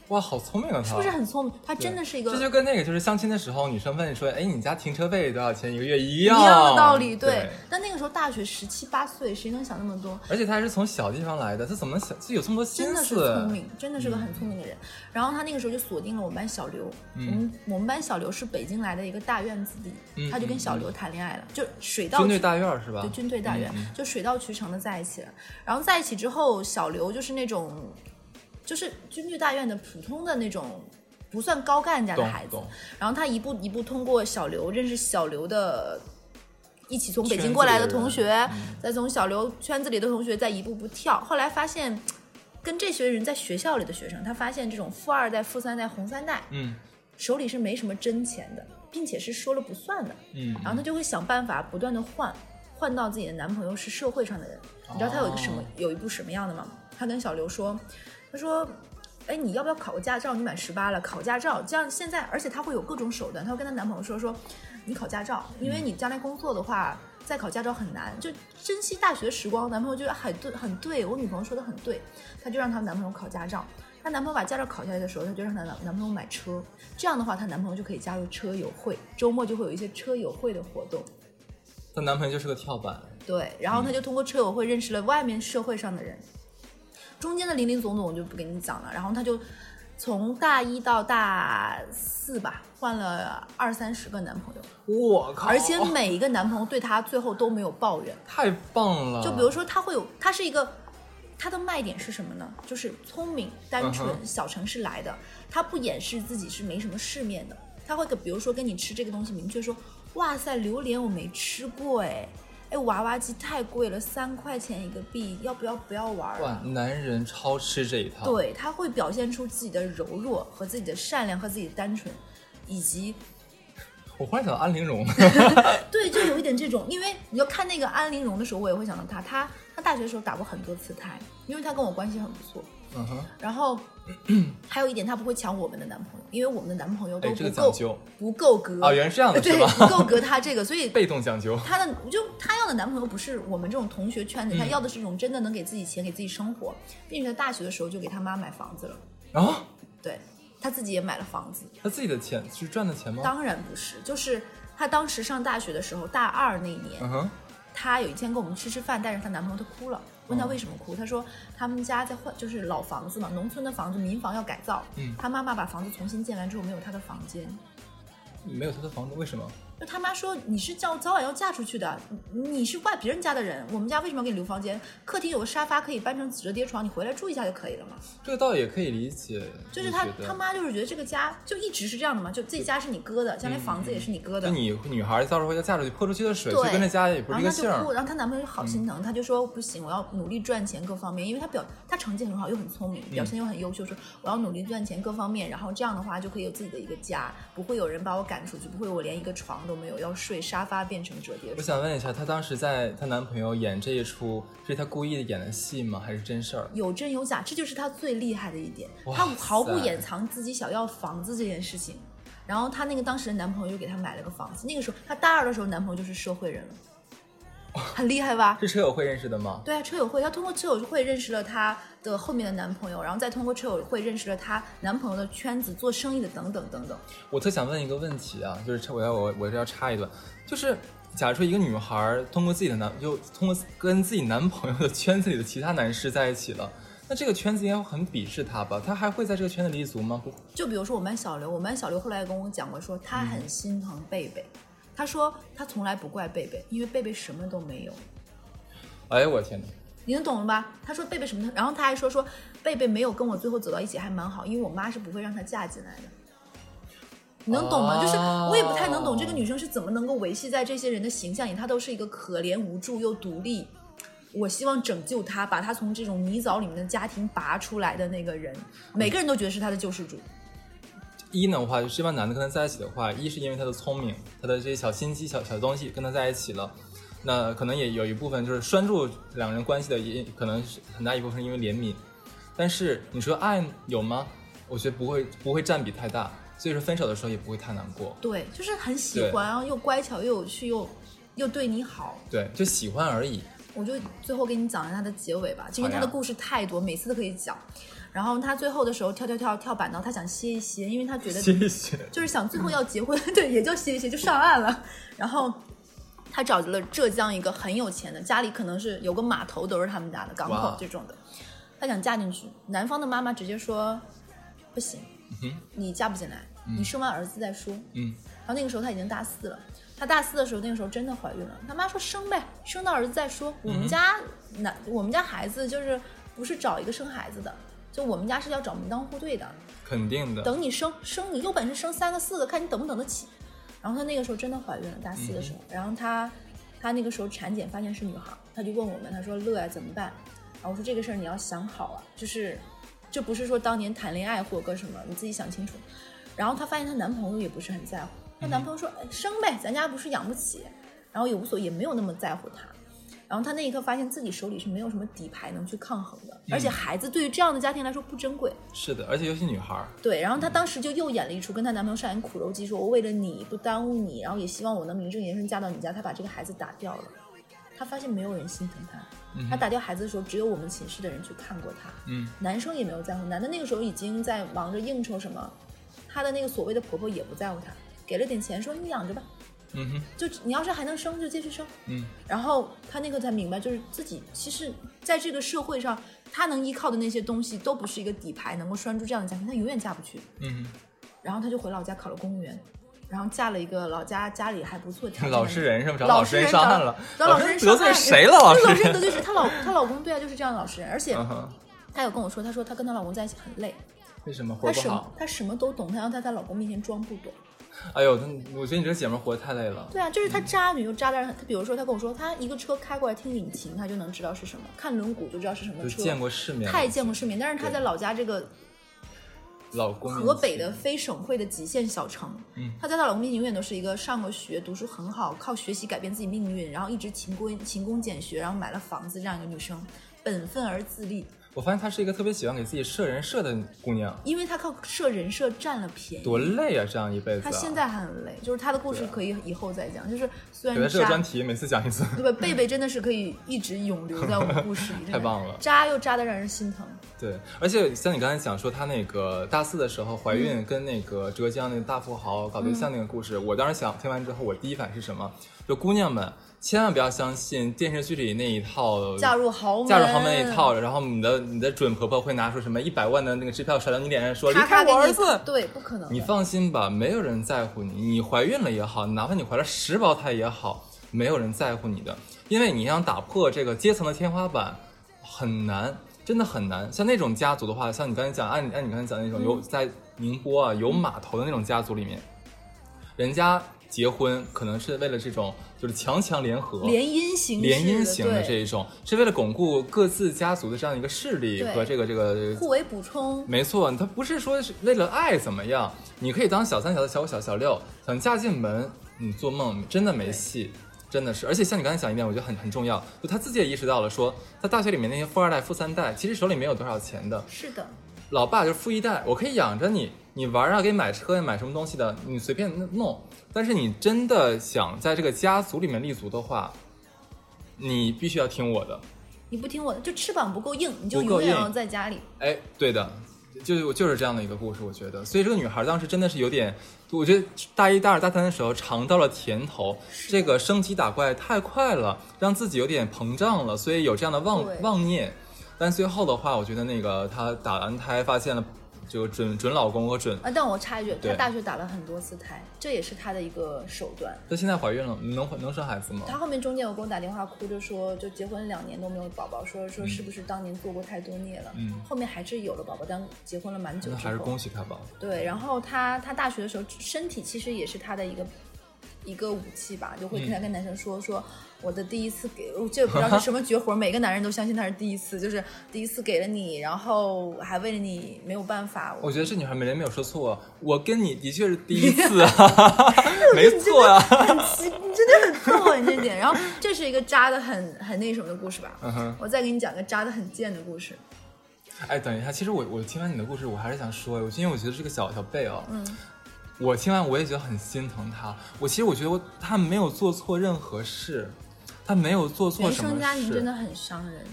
哇，好聪明啊，他是不是很聪明？他对真的是一个这就跟那个就是相亲的时候，女生问说，哎，你家停车费多少钱一个月一样一样的道理。对。但那个时候大学十七八岁，谁能想那么多？而且他还是从小地方来的，他怎么能想自己有这么多心思？真的是聪明，真的是个很聪明的人。嗯然后他那个时候就锁定了我们班小刘，我们我们班小刘是北京来的一个大院子弟，嗯他就跟小刘谈恋爱了，就水到军渠队大院儿是吧？对军队大院，嗯就水到渠成的在一起了。然后在一起之后，小刘就是那种，就是军队大院的普通的那种，不算高干家的懂孩子懂。然后他一步一步通过小刘认识小刘的。一起从北圈京子过来里的的同人嗯学，再从小刘圈子里的同学，再一步步跳。后来发现，跟这些人在学校里的学生，他发现这种富二代、富三代、红三代嗯手里是没什么真钱的，并且是说了不算的。嗯，然后她就会想办法不断的换，换到自己的男朋友是社会上的人。你知道她有一个什么，哦有一部什么样的吗？她跟小刘说，她说，哎，你要不要考个驾照？你满十八了，考驾照，这样现在，而且她会有各种手段，她会跟她男朋友说说，你考驾照，因为你将来工作的话。再考驾照很难，就珍惜大学时光。男朋友觉得很对，很对我女朋友说的很对，她就让她男朋友考驾照。她男朋友把驾照考下来的时候，她就让她男男朋友买车。这样的话，她男朋友就可以加入车友会，周末就会有一些车友会的活动。她男朋友就是个跳板，对，然后她就通过车友会认识了外面社会上的人。中间的林林总总我就不给你讲了。然后她就从大一到大四吧，换了二三十个男朋友，哦我靠！而且每一个男朋友对她最后都没有抱怨。太棒了。就比如说，她会有，她是一个，她的卖点是什么呢？就是聪明、单纯嗯、哼小城市来的，她不掩饰自己是没什么世面的，她会跟，比如说跟你吃这个东西，明确说，哇塞，榴莲我没吃过哎，哎，娃娃机太贵了，三块钱一个币，要不要不要玩儿哇啊？，男人超吃这一套。，对，她会表现出自己的柔弱和自己的善良和自己的单纯，以及我忽然想到安 *laughs* 陵容，对，就有一点这种，因为你要看那个安陵容的时候，我也会想到她，她她大学的时候打过很多次胎，因为她跟我关系很不错。嗯哼，然后 *clears throat* 还有一点，她不会抢我们的男朋友，因为我们的男朋友都哎不这个够、讲究不够格呃啊原来是这样的是对吧，不够格她这个，所 *laughs* 以被动讲究。她的就她要的男朋友不是我们这种同学圈子，嗯她要的是一种真的能给自己钱、给自己生活，并且她大学的时候就给她妈买房子了，啊，对她自己也买了房子，他自己的钱是赚的钱吗？当然不是，就是她当时上大学的时候，大二那一年，嗯哼，她有一天跟我们吃吃饭，带着她男朋友，她哭了。问哦她为什么哭，她说他们家在换，就是老房子嘛，农村的房子，民房要改造。嗯她妈妈把房子重新建完之后，没有她的房间。没有他的房子，为什么？就他妈说你是早早晚要嫁出去的，你你是外别人家的人，我们家为什么要给你留房间？客厅有个沙发可以搬成折叠床，你回来住一下就可以了嘛。这个倒也可以理解。就是她我觉得她妈就是觉得这个家就一直是这样的嘛，就这家是你哥的，将来房子也是你哥的。就嗯你女孩到时候要嫁出去，泼出去的水，就对，跟这家也不是一个姓然后她就哭，儿。嗯然后她男朋友就好心疼，她就说不行，我要努力赚钱各方面，因为她表她成绩很好，又很聪嗯明，表现又很优秀，说我要努力赚钱各方面，然后这样的话就可以有自己的一个家，不会有人把我赶出去，不会我连一个床都没有，要睡沙发变成折叠我床。想问一下，她当时在她男朋友演这一出，是她故意演的戏吗？还是真事儿？有真有假，这就是她最厉害的一点，哇她毫不塞掩藏自己想要房子这件事情。然后她那个当时的男朋友就给她买了个房子，那个时候她大二的时候，男朋友就是社会 *laughs* 人了，很厉害吧？是车友会认识的吗？对啊，车友会，她通过车友会认识了她的后面的男朋友，然后再通过车友会认识了她男朋友的圈子、做生意的等等等等。我特想问一个问题啊，就是插我要我我这要插一段，就是假如说一个女孩儿通过自己的男，就通过跟自己男朋友的圈子里的其他男士在一起了，那这个圈子应该很鄙视他吧？他还会在这个圈子立足吗？不，就比如说我们班小刘，我们班小刘后来跟我讲过说，他很心疼贝贝，他说他从来不怪贝贝，因为贝贝什么都没有，哎呦我天哪！你能懂了吧？他说贝贝什么的，然后他还说说贝贝没有跟我最后走到一起还蛮好，因为我妈是不会让她嫁进来的。你能懂吗？哦就是我也不太能懂这个女生是怎么能够维系在这些人的形象里，她都是一个可怜无助又独立。我希望拯救她，把她从这种泥沼里面的家庭拔出来的那个人，每个人都觉得是她的救世主。一呢的话，就是这帮男的跟他在一起的话，一是因为他的聪明，他的这些小心机、小小东西跟他在一起了，那可能也有一部分就是拴住两人关系的也，可能是很大一部分是因为怜悯。但是你说爱有吗？我觉得不会，不会占比太大，所以说分手的时候也不会太难过。对，就是很喜欢，然后又乖巧又有趣又又对你好。对，就喜欢而已。我就最后给你讲一下它的结尾吧，就因为好它呀的故事太多，每次都可以讲。然后他最后的时候跳跳跳跳板，然后他想歇一歇，因为他觉得谢谢。就是想最后要结婚， *laughs* 对，也就歇一歇就上岸了。然后他找了浙江一个很有钱的，家里可能是有个码头都是他们家的港口哇这种的，他想嫁进去。男方的妈妈直接说不行，嗯哼你嫁不进来，你生完儿子再说。 *laughs* 嗯，然后那个时候她已经大四了，她大四的时候，那个时候真的怀孕了。她妈说生呗，生到儿子再说。我们家男，我们家孩子就是不是找一个生孩子的，就我们家是要找门当户对的。肯定的。等你生生，你有本事生三个四个，看你等不等得起。然后她那个时候真的怀孕了，大四的时候，然后她她那个时候产检发现是女孩，她就问我们，她说乐呀、啊怎么办？然后我说这个事儿你要想好啊，就是这不是说当年谈恋爱或个什么，你自己想清楚。然后她发现她男朋友也不是很在乎，她男朋友说、哎生呗，咱家不是养不起，然后也无所也没有那么在乎她。然后她那一刻发现自己手里是没有什么底牌能去抗衡的，而且孩子对于这样的家庭来说不珍贵。是的，而且尤其女孩儿，对，然后她当时就又演了一出跟她男朋友上演苦肉计，说我为了你不耽误你，然后也希望我能名正言顺嫁到你家。她把这个孩子打掉了，她发现没有人心疼她。她打掉孩子的时候，只有我们寝室的人去看过她，嗯，男生也没有在乎，男的那个时候已经在忙着应酬什么，她的那个所谓的婆婆也不在乎她，给了点钱说你养着吧，嗯哼，就你要是还能生就继续生，嗯，然后他那个才明白，就是自己其实在这个社会上，他能依靠的那些东西都不是一个底牌，能够拴住这样的家庭，他永远嫁不去。嗯然后他就回老家考了公务员，然后嫁了一个老家家里还不错条哼，件的老实人是不是？老老实实人人上找岸了，找老实实人人得上罪岸谁了？老对老实实人得罪谁？她老她老公对啊，就是这样的老实人，而且 *laughs* 嗯哼，她有跟我说，她说她跟她老公在一起很累，为什么活她不什好么？她什么都懂，她要在她老公面前装不懂。哎呦，那我觉得你这个姐们儿活得太累了。对啊，就是她渣女又渣的让她，比如说她跟我说，她一个车开过来听引擎，她就能知道是什么，看轮毂就知道是什么就车，见过世面了，太见过世面。但是她对在老家这个老公面河北的前非省会的极限小城，嗯她在她老公面前永远都是一个上过学、读书很好、靠学习改变自己命运，然后一直勤工勤工俭学，然后买了房子这样一个女生，本分而自立，我发现她是一个特别喜欢给自己设人设的姑娘，因为她靠设人设占了便宜。多累啊！这样一辈子、啊。她现在很累，就是她的故事对啊可以以后再讲，就是虽给她然设个渣专，题，每次讲一次。 *laughs* 对吧？贝贝真的是可以一直永留在我们故事里，真的 *laughs* 太棒了渣又渣的让人心疼。对，而且像你刚才讲说她那个大四的时候怀嗯孕，跟那个浙江那个大富豪搞对象那个故事，我当时想听完之后，我第一反应是什么？就姑娘们千万不要相信电视剧里那一套嫁入豪门，嫁入豪门那一套，然后你的你的准婆婆会拿出什么一百万的那个支票甩到你脸上说离咔咔开给我你儿子，对，不可能的。你放心吧，没有人在乎你。你怀孕了也好，哪怕你怀了十胞胎也好，没有人在乎你的，因为你想打破这个阶层的天花板很难，真的很难。像那种家族的话，像你刚才讲，按你按你刚才讲那种嗯有在宁波啊有码头的那种家族里面，人家结婚可能是为了这种就是强强联合。联姻形式的，联姻型的对这一种，是为了巩固各自家族的这样一个势力对和这个这个互为补充，没错，他不是说是为了爱怎么样，你可以当小三、小四、小五、小小六，想嫁进门，你做梦真的没戏，真的是。而且像你刚才讲一点，我觉得很很重要，就他自己也意识到了说，他大学里面那些富二代、富三代，其实手里没有多少钱的，是的，老爸就是富一代，我可以养着你，你玩啊，给你买车呀，买什么东西的，你随便弄。但是你真的想在这个家族里面立足的话，你必须要听我的，你不听我的，就翅膀不够硬，你就不够永硬远要在家里。哎，对的，就是就是这样的一个故事，我觉得。所以这个女孩当时真的是有点，我觉得大一、大二、大三的时候尝到了甜头，这个升级打怪太快了，让自己有点膨胀了，所以有这样的妄对妄念。但最后的话，我觉得那个她打完胎发现了这个准准老公和准，啊，但我插一句，她对大学打了很多次胎，这也是她的一个手段。她现在怀孕了，能能生孩子吗？她后面中间有给我打电话哭着说，就结婚两年都没有宝宝，说说是不是当年做过太多孽了？嗯后面还是有了宝宝，但结婚了蛮久那之后，还是恭喜她吧。对，然后她她大学的时候，身体其实也是她的一个一个武器吧，就会嗯跟她跟男生说、说我的第一次给，我这不知道是什么绝活，每个男人都相信她是第一次，就是第一次给了你，然后还为了你没有办法，我觉得这女孩没人没有说错，我跟你的确是第一 *laughs* 次啊， *laughs* 没错啊。很奇， *laughs* 你真的很逗啊你这点。然后这是一个渣的很很那什么的故事吧。嗯哼我再给你讲个渣的很贱的故事。哎，等一下，其实我我听完你的故事，我还是想说，我因为我觉得这个小小贝哦，嗯，我听完我也觉得很心疼他。我其实我觉得我他没有做错任何事，他没有做错原什么生事，家庭真的很伤人。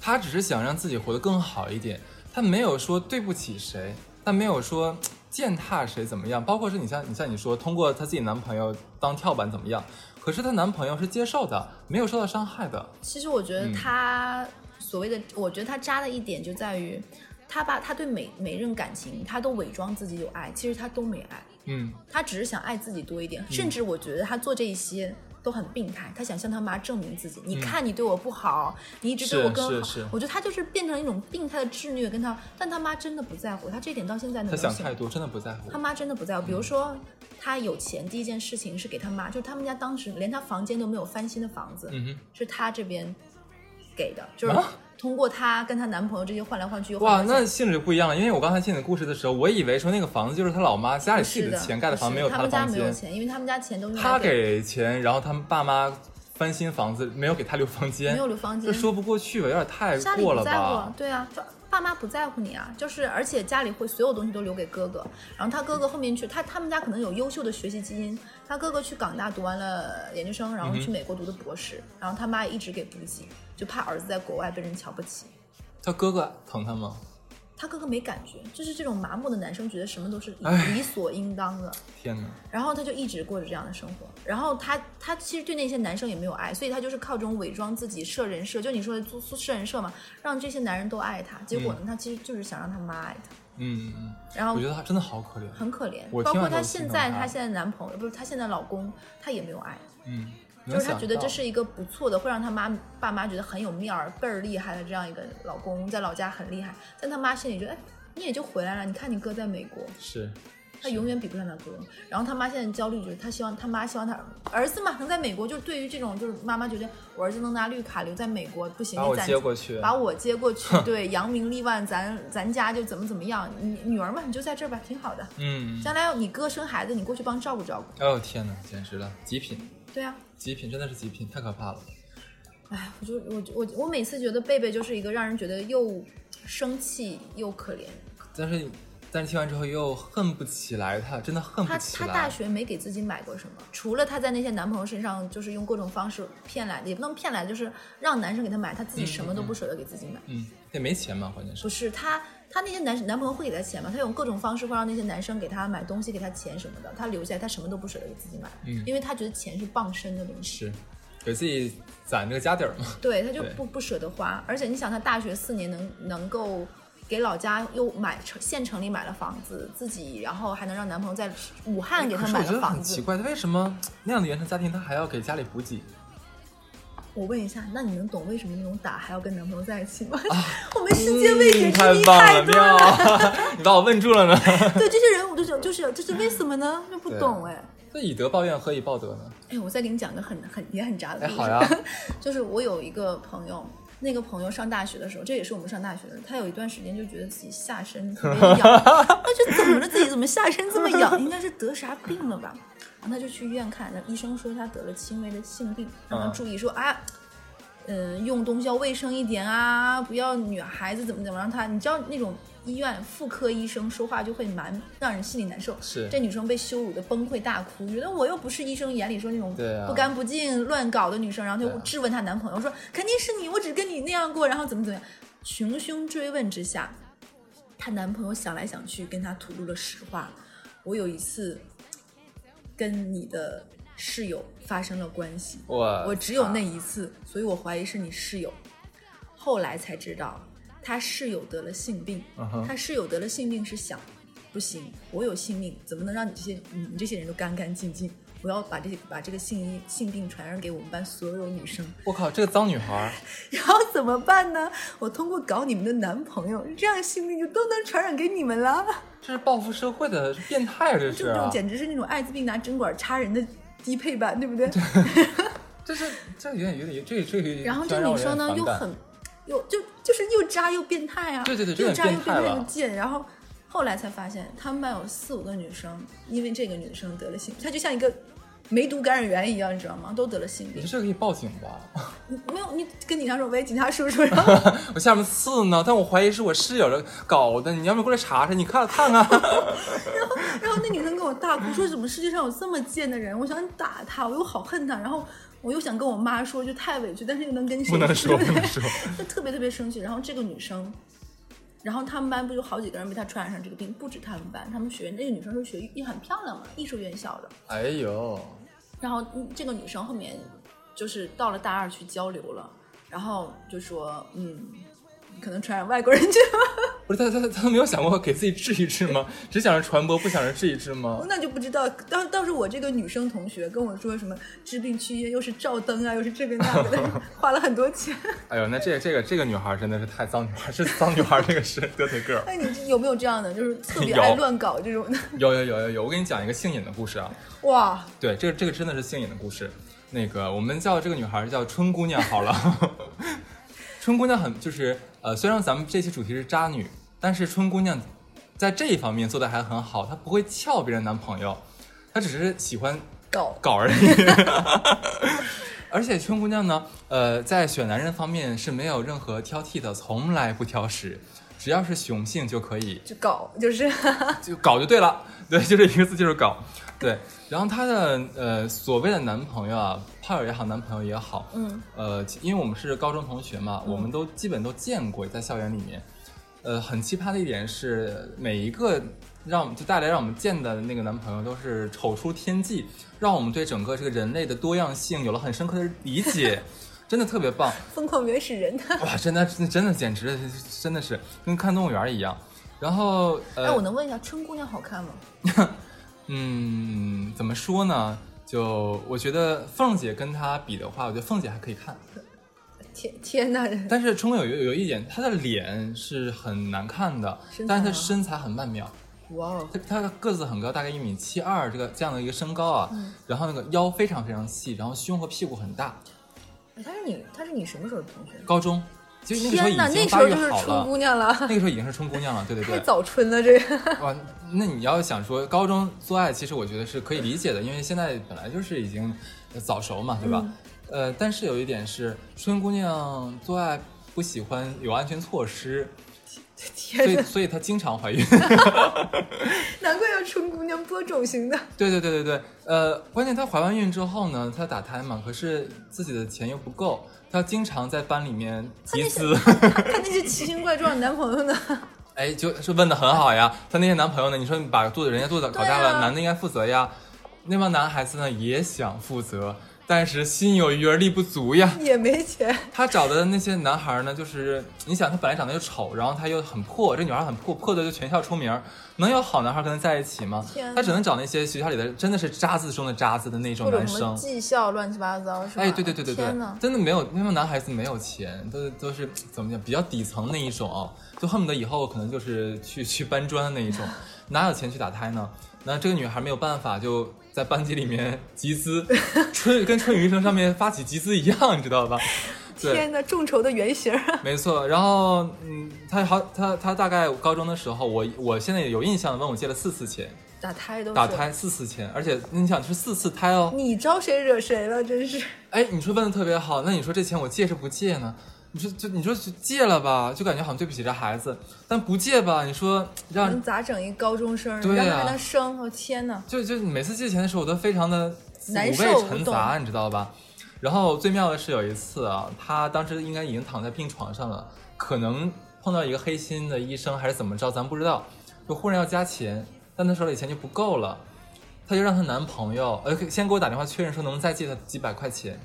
他只是想让自己活得更好一点，他没有说对不起谁，他没有说践踏谁怎么样，包括是你像你像你说通过她自己男朋友当跳板怎么样，可是她男朋友是接受的，没有受到伤害的，其实我觉嗯得他所谓的，我觉得他渣的一点就在于，他把他对每每任感情，他都伪装自己有爱，其实他都没爱，嗯，他只是想爱自己多一点。甚至我觉得他做这一些。都很病态，他想向他妈证明自己。你看，你对我不好，你一直对嗯是我更好。是是我觉得他就是变成一种病态的执虐，跟他，但他妈真的不在乎，他这一点到现在能她明显想太多，真的不在乎他。妈真的不在乎。比如说，他有钱，第一件事情是给他妈，就是他们家当时连他房间都没有翻新的房子，嗯哼是他这边给的，就是啊通过她跟她男朋友这些换来换去又换来哇，换那去。性质就不一样了，因为我刚才听你的故事的时候，我以为说那个房子就是她老妈家里自己是的的钱盖的房，是没有他她的们家房没有间。钱，因为他们家钱都用来她给钱，然后他们爸妈翻新房子，没有给她留房间，没有留房间这说不过去吧，有点太家里过不了在乎吧啊，？对啊，就爸妈不在乎你啊，就是而且家里会所有东西都留给哥哥，然后他哥哥后面去，他他们家可能有优秀的学习基因，他哥哥去港大读完了研究生，然后去美国读的博士，然后他妈也一直给补给，就怕儿子在国外被人瞧不起。她哥哥疼她吗？他哥哥没感觉，就是这种麻木的男生觉得什么都是理哎理所应当的，天哪！然后他就一直过着这样的生活。然后他他其实对那些男生也没有爱，所以他就是靠这种伪装自己设人设，就你说的做做设人设嘛，让这些男人都爱他。结果呢，他其实就是想让他妈爱他，嗯，嗯然嗯，后我觉得她真的好可怜。很可怜我。包听括完他都现心疼在他他现在男朋友不是他现在老公，他也没有爱，嗯，就能是他想觉得这到是一个不错的，会让他妈爸妈觉得很有面儿、倍儿厉害的这样一个老公，在老家很厉害，但他妈心里觉得，哎，你也就回来了，你看你哥在美国。是他永远比不上他哥。然后他妈现在焦虑就是，他希望他妈希望他儿子嘛能在美国，就是对于这种就是妈妈觉得我儿子能拿绿卡留在美国不行，把你我攒接过去把我接过 *laughs* 去，对，扬名立万，咱咱家就怎么怎么样。你女儿嘛，你就在这儿吧，挺好的。嗯，将来你哥生孩子，你过去帮照顾照顾。哎呦天哪，简直了，极品，对啊，极品，真的是极品，太可怕了。哎，我就我我我每次觉得贝贝就是一个让人觉得又生气又可怜。但是但是听完之后又恨不起来她，真的恨不她起她来。大学没给自己买过什么，除了她在那些男朋友身上，就是用各种方式骗来的，也不能骗来，就是让男生给她买，她自己什么都不舍得给自己买。嗯，也没钱嘛，关键是不。是她，她那些男男朋友会给她钱嘛？她用各种方式会让那些男生给她买东西、给她钱什么的，她留下来，她什么都不舍得给自己买，嗯因为她觉得钱是傍身的东西，是给自己攒这个家底儿嘛。对，她就对不不舍得花。而且你想，她大学四年能能够。给老家又买城县城里买了房子，自己然后还能让男朋友在武汉给哎可她是买我觉了得很房奇子。怪，他为什么那样的原生家庭，他还要给家里补给？我问一下，那你能懂为什么那种打还要跟男朋友在一起吗？ *laughs* 我们世界未解啊嗯之谜太棒多妙！啊 *laughs* 你把我问住了呢。对这些人，我就想，就是这是为什么呢？就不懂哎。那以德报怨，何以报德呢？哎，我再给你讲个很很也很渣的哎，故事。好呀，就是我有一个朋友，那个朋友上大学的时候，这也是我们上大学的，他有一段时间就觉得自己下身特别痒，*laughs* 他觉得怎么了？自己怎么下身这么痒？应该是得啥病了吧？然后他就去医院看，那医生说他得了轻微的性病，让他嗯注意说啊。嗯，用东西要卫生一点啊，不要女孩子怎么怎么让她，你知道那种医院妇科医生说话就会蛮让人心里难受。是这女生被羞辱的崩溃大哭，觉得我又不是医生眼里说那种对啊不干不净、乱搞的女生，然后她对就啊质问她男朋友说：“肯定是你，我只跟你那样过，然后怎么怎么样。”穷凶追问之下，她男朋友想来想去，跟她吐露了实话：“我有一次跟你的室友发生了关系，我我只有那一次，所以我怀疑是你室友。后来才知道，他室友得了性病嗯哼他室友得了性病是想，不行，我有性命，怎么能让你这些你你这些人都干干净净？我要把这把这个性性病传染给我们班所有女生， *laughs* 我靠，这个脏女孩儿，然后怎么办呢？我通过搞你们的男朋友，这样性病就都能传染给你们了。这是报复社会的变态，这是这种啊，简直是那种艾滋病拿针管插人的低配版，对不 *laughs* 对？这是这有点有点这这个，然后这女生呢又很，又就就是又渣又变态啊，对对对又渣又这个很变态了又贱。然后后来才发现，他们班有四五个女生因为这个女生得了性，她就像一个梅毒感染源一样，你知道吗？都得了性你病说，这个可以报警吧？ *laughs* 你没有你跟警察说，喂，警察叔叔，然后我下面刺呢，但我怀疑是我室友搞的，你要不过来查查？你看看啊看，然后那女生跟我大哭，说怎么世界上有这么贱的人？我想打他，我又好恨他，然后我又想跟我妈说，就太委屈，但是又能跟谁 *laughs* 不能说对不不对能说，就特别特别生气。然后这个女生，然后他们班不有好几个人被她传染上这个病，不止他们班，他们学院那个女生是学也很漂亮嘛，艺术院校的。哎呦，然后嗯这个女生后面就是到了大二去交流了，然后就说嗯，可能传染外国人去了， *laughs* 不是他他他没有想过给自己治一治吗？只想着传播，不想着治一治吗？哦那就不知道。当当时我这个女生同学跟我说什么治病驱烟，又是照灯啊，又是这个那个的，花了很多钱。 *laughs* 哎呦，那这个这个这个女孩真的是太脏女孩，是脏女孩，这个是得腿个儿。哎，你有没有这样的，就是特别有爱乱搞这种的？ *laughs* 有有有有有，我给你讲一个性瘾的故事啊。哇，对，这个这个真的是性瘾的故事。那个，我们叫这个女孩叫春姑娘好了。春姑娘很就是呃，虽然咱们这期主题是渣女，但是春姑娘在这一方面做的还很好，她不会撬别人男朋友，她只是喜欢搞搞而已。 *laughs* 而且春姑娘呢，呃，在选男人方面是没有任何挑剔的，从来不挑食，只要是雄性就可以。就搞，就是。就搞就对了， *laughs* 对，就这一个字就是搞，对。然后她的呃所谓的男朋友啊，炮友也好，男朋友也好，嗯，呃，因为我们是高中同学嘛，我们都基本都见过，在校园里面，呃，很奇葩的一点是，每一个让我们就带来让我们见的那个男朋友都是丑出天际，让我们对整个这个人类的多样性有了很深刻的理 *laughs* 解，真的特别棒。疯狂原始人。 *laughs* 哇，真的真的真的简直真的是跟看动物园一样。然后呃，哎，我能问一下，春姑娘好看吗？嗯，怎么说呢？就我觉得凤姐跟她比的话，我觉得凤姐还可以看，天天呐，但是春有有有一点，她的脸是很难看的身材，但是她吗身材很曼妙，哇哦，她她个子很高，大概一米七二这个这样的一个身高啊，嗯然后那个腰非常非常细，然后胸和屁股很大。哎她是你，她是你什么时候的同学？高中其实那个时候天呐，已那经时发候育就是好春姑了，娘了，那个时候已经是春姑娘了，对对太对。早春了这个。 *laughs* 哇，那你要想说高中做爱，其实我觉得是可以理解的，因为现在本来就是已经呃早熟嘛，对吧？呃，但是有一点是，春姑娘做爱不喜欢有安全措施，所天 *laughs* 以呐，所以她经常怀孕。 *laughs* 难怪叫春姑娘，播种型的。对对对对对，呃，关键她怀完孕之后呢，她打胎嘛，可是自己的钱又不够，她经常在班里面集资。她那些奇形怪状的男朋友呢？ *laughs* 哎，就是问的很好呀。她那些男朋友呢？你说你把肚子人家肚子搞大了，对啊男的应该负责呀。那帮男孩子呢也想负责，但是心有余而力不足 *laughs* 呀。也没钱，她找的那些男孩呢，就是你想，她本来长得又丑，然后她又很破，这女孩很破，破的就全校出名，能有好男孩跟她在一起吗天啊？她只能找那些学校里的真的是渣子中的渣子的那种或者男什么生。技校乱七八糟是吧？哎，对对对对对天呐，，真的没有，因为男孩子没有钱，都都是怎么讲，比较底层那一种啊，就恨不得以后可能就是去 *laughs* 去搬砖的那 *laughs* 一种，哪有钱去打胎呢？那这个女孩没有办法，就在班级里面集资， *laughs* 春跟春雨医生上面发起集资一样，你知 *laughs* 道吧？对，天呐，众筹的原型啊！没错。然后，嗯，她好，她她大概高中的时候，我我现在有印象，问我借了四次钱，打胎都是打，胎四次钱，而且你想是四次胎哦，你招谁惹谁了？真是哎，你说问的特别好，那你说这钱我借是不借呢？你说就你说借了吧，就感觉好像对不起这孩子，但不借吧，你说让能咋整？一高中生，对啊让她还能生？我天呐，就就每次借钱的时候，我都非常的五难受味陈我杂，你知道吧？然后最妙的是有一次啊，他当时应该已经躺在病床上了，可能碰到一个黑心的医生还是怎么着，咱不知道，就忽然要加钱，但他手里钱就不够了，她就让她 *laughs* 男朋友呃先给我打电话确认说能不能再借她几百块钱，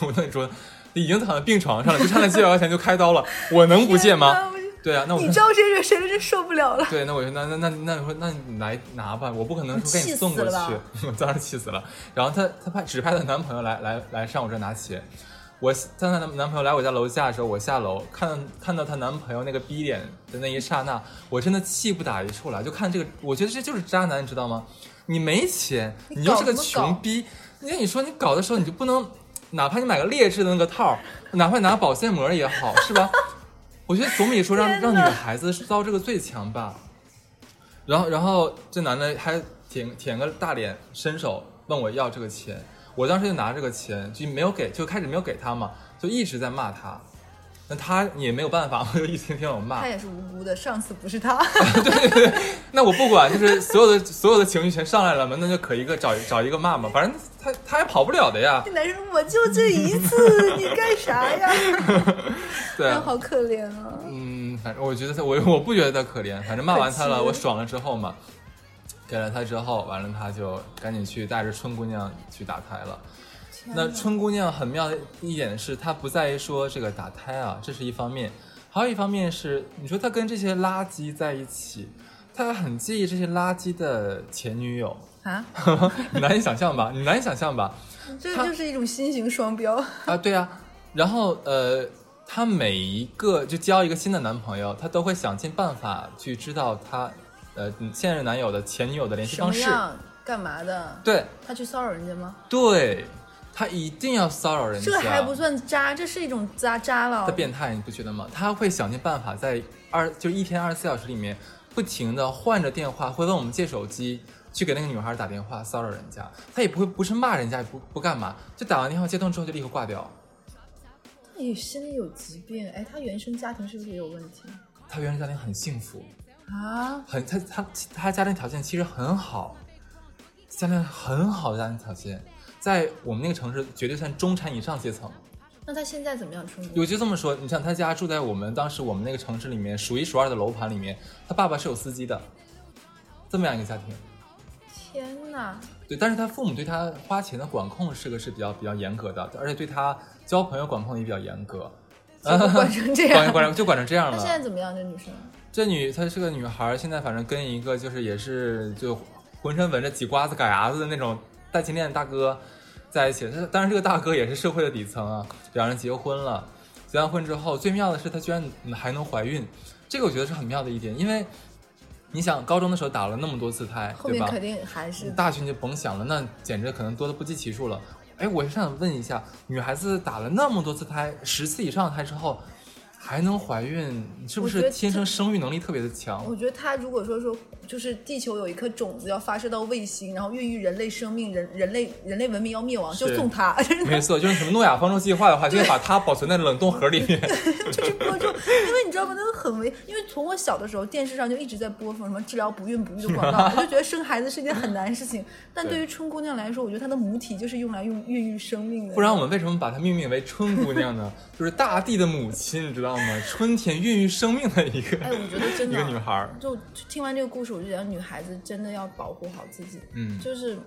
我跟你说，已经躺在病床上了，就差那几百块钱就开刀了，我能不借吗？对啊，那我你知道这惹谁了？真受不了了。 *laughs* 对，那我说那那那那我说那你来拿吧，我不可能说给气你送死过了去 *laughs* 吧，我当时气死了。然后她她派只派她男朋友来来来上我这拿钱，我当她男男朋友来我家楼下的时候，我下楼看看到她男朋友那个逼脸的那一刹那，我真的气不打一处来。就看这个，我觉得这就是渣男，你知道吗？你没钱，你你又搞是个什么穷搞逼，那你说你搞的时候你就不能，哪怕你买个劣质的那个套儿，哪怕拿保鲜膜也好，是吧？我觉得总比说让天哪让女孩子遭这个罪强吧。然后，然后这男的还舔舔个大脸，伸手问我要这个钱，我当时就拿这个钱就没有给，就开始没有给他嘛，就一直在骂他。那他也没有办法，我就一天天我骂他。也是无辜的，上次不是 *laughs* 他，那我不管，就是所有的所有的情绪全上来了嘛，那就可一个找找一个骂嘛，反正他他也跑不了的呀。这男生说我就这一次，你干啥呀？ *laughs* 对，啊好可怜啊！嗯，反正我觉得他，我我不觉得他可怜，反正骂完他可了，惜我爽了之后嘛，给了他之后，完了他就赶紧去带着春姑娘去打胎了。那春姑娘很妙的一点是，她不在于说这个打胎啊，这是一方面，还有一方面是，你说她跟这些垃圾在一起，她很介意这些垃圾的前女友， *laughs* 啊，你难以想象吧？你难以想象吧？这他就是一种新型双标。 *laughs* 啊，对啊，然后呃，她每一个就交一个新的男朋友，她都会想尽办法去知道她呃现任男友的前女友的联系什方么式。样？干嘛的？对他去骚扰人家吗？对，她一定要骚扰人家，这还不算渣，这是一种渣渣了她。变态，你不觉得吗？她会想尽办法在二就一天二十四小时里面不停的换着电话，会问我们借手机。去给那个女孩打电话骚扰人家，她也不会不是骂人家，也不不干嘛，就打完电话接通之后就立刻挂掉。哎，心里有疾病。哎，他原生家庭是不是也有问题她原生家庭很幸福，啊？很他他他家庭条件其实很好，家庭很好的家庭条件，在我们那个城市绝对算中产以上阶层。那他现在怎么样？春我姑，就这么说，你像他家住在我们当时我们那个城市里面数一数二的楼盘里面，他爸爸是有司机的，这么样一个家庭。天 *laughs* 哪！对，但是他父母对他花钱的管控是个是比较比较严格的，而且对他交朋友管控也比较严格，结果管成这 *laughs* 管样。*laughs* 管成就管成这样他了。现在怎么样？这女生这女她是个女孩儿，现在反正跟一个就是也是就浑身纹着几瓜子嘎牙子的那种带金链的大哥在一起。但当然这个大哥也是社会的底层啊，两人结婚了。结完婚之后，最妙的是她居然还能怀孕，这个我觉得是很妙的一点，因为你想高中的时候打了那么多次胎，后对面吧？肯定还是大学你就甭想了，那简直可能多的不计其数了。哎，我是想问一下，女孩子打了那么多次胎，十次以上的胎之后，还能怀孕，是不我觉是得天这生生育能力特别的强？我觉得他如果说说，就是地球有一颗种子要发射到卫星，然后孕育人类生命，人人类人类文明要灭亡， *laughs* 就是送他，没错，就是什么诺亚方舟计划的话，就会把它保存在冷冻盒里面。就是播种。因为你知道吗？那个很危，因为从我小的时候，电视上就一直在播放什么治疗不孕不育的广告，我就觉得生孩子是一件很难的事情。但对于春姑娘来说，我觉得她的母体就是用来用孕育生命的。 *laughs* 不然我们为什么把它命名为春姑娘呢？就是大地的母亲，你知道吗？春天孕育生命的一个、哎，我觉得真一的个女孩儿。就听完这个故事，我就觉得女孩子真的要保护好自己，嗯就是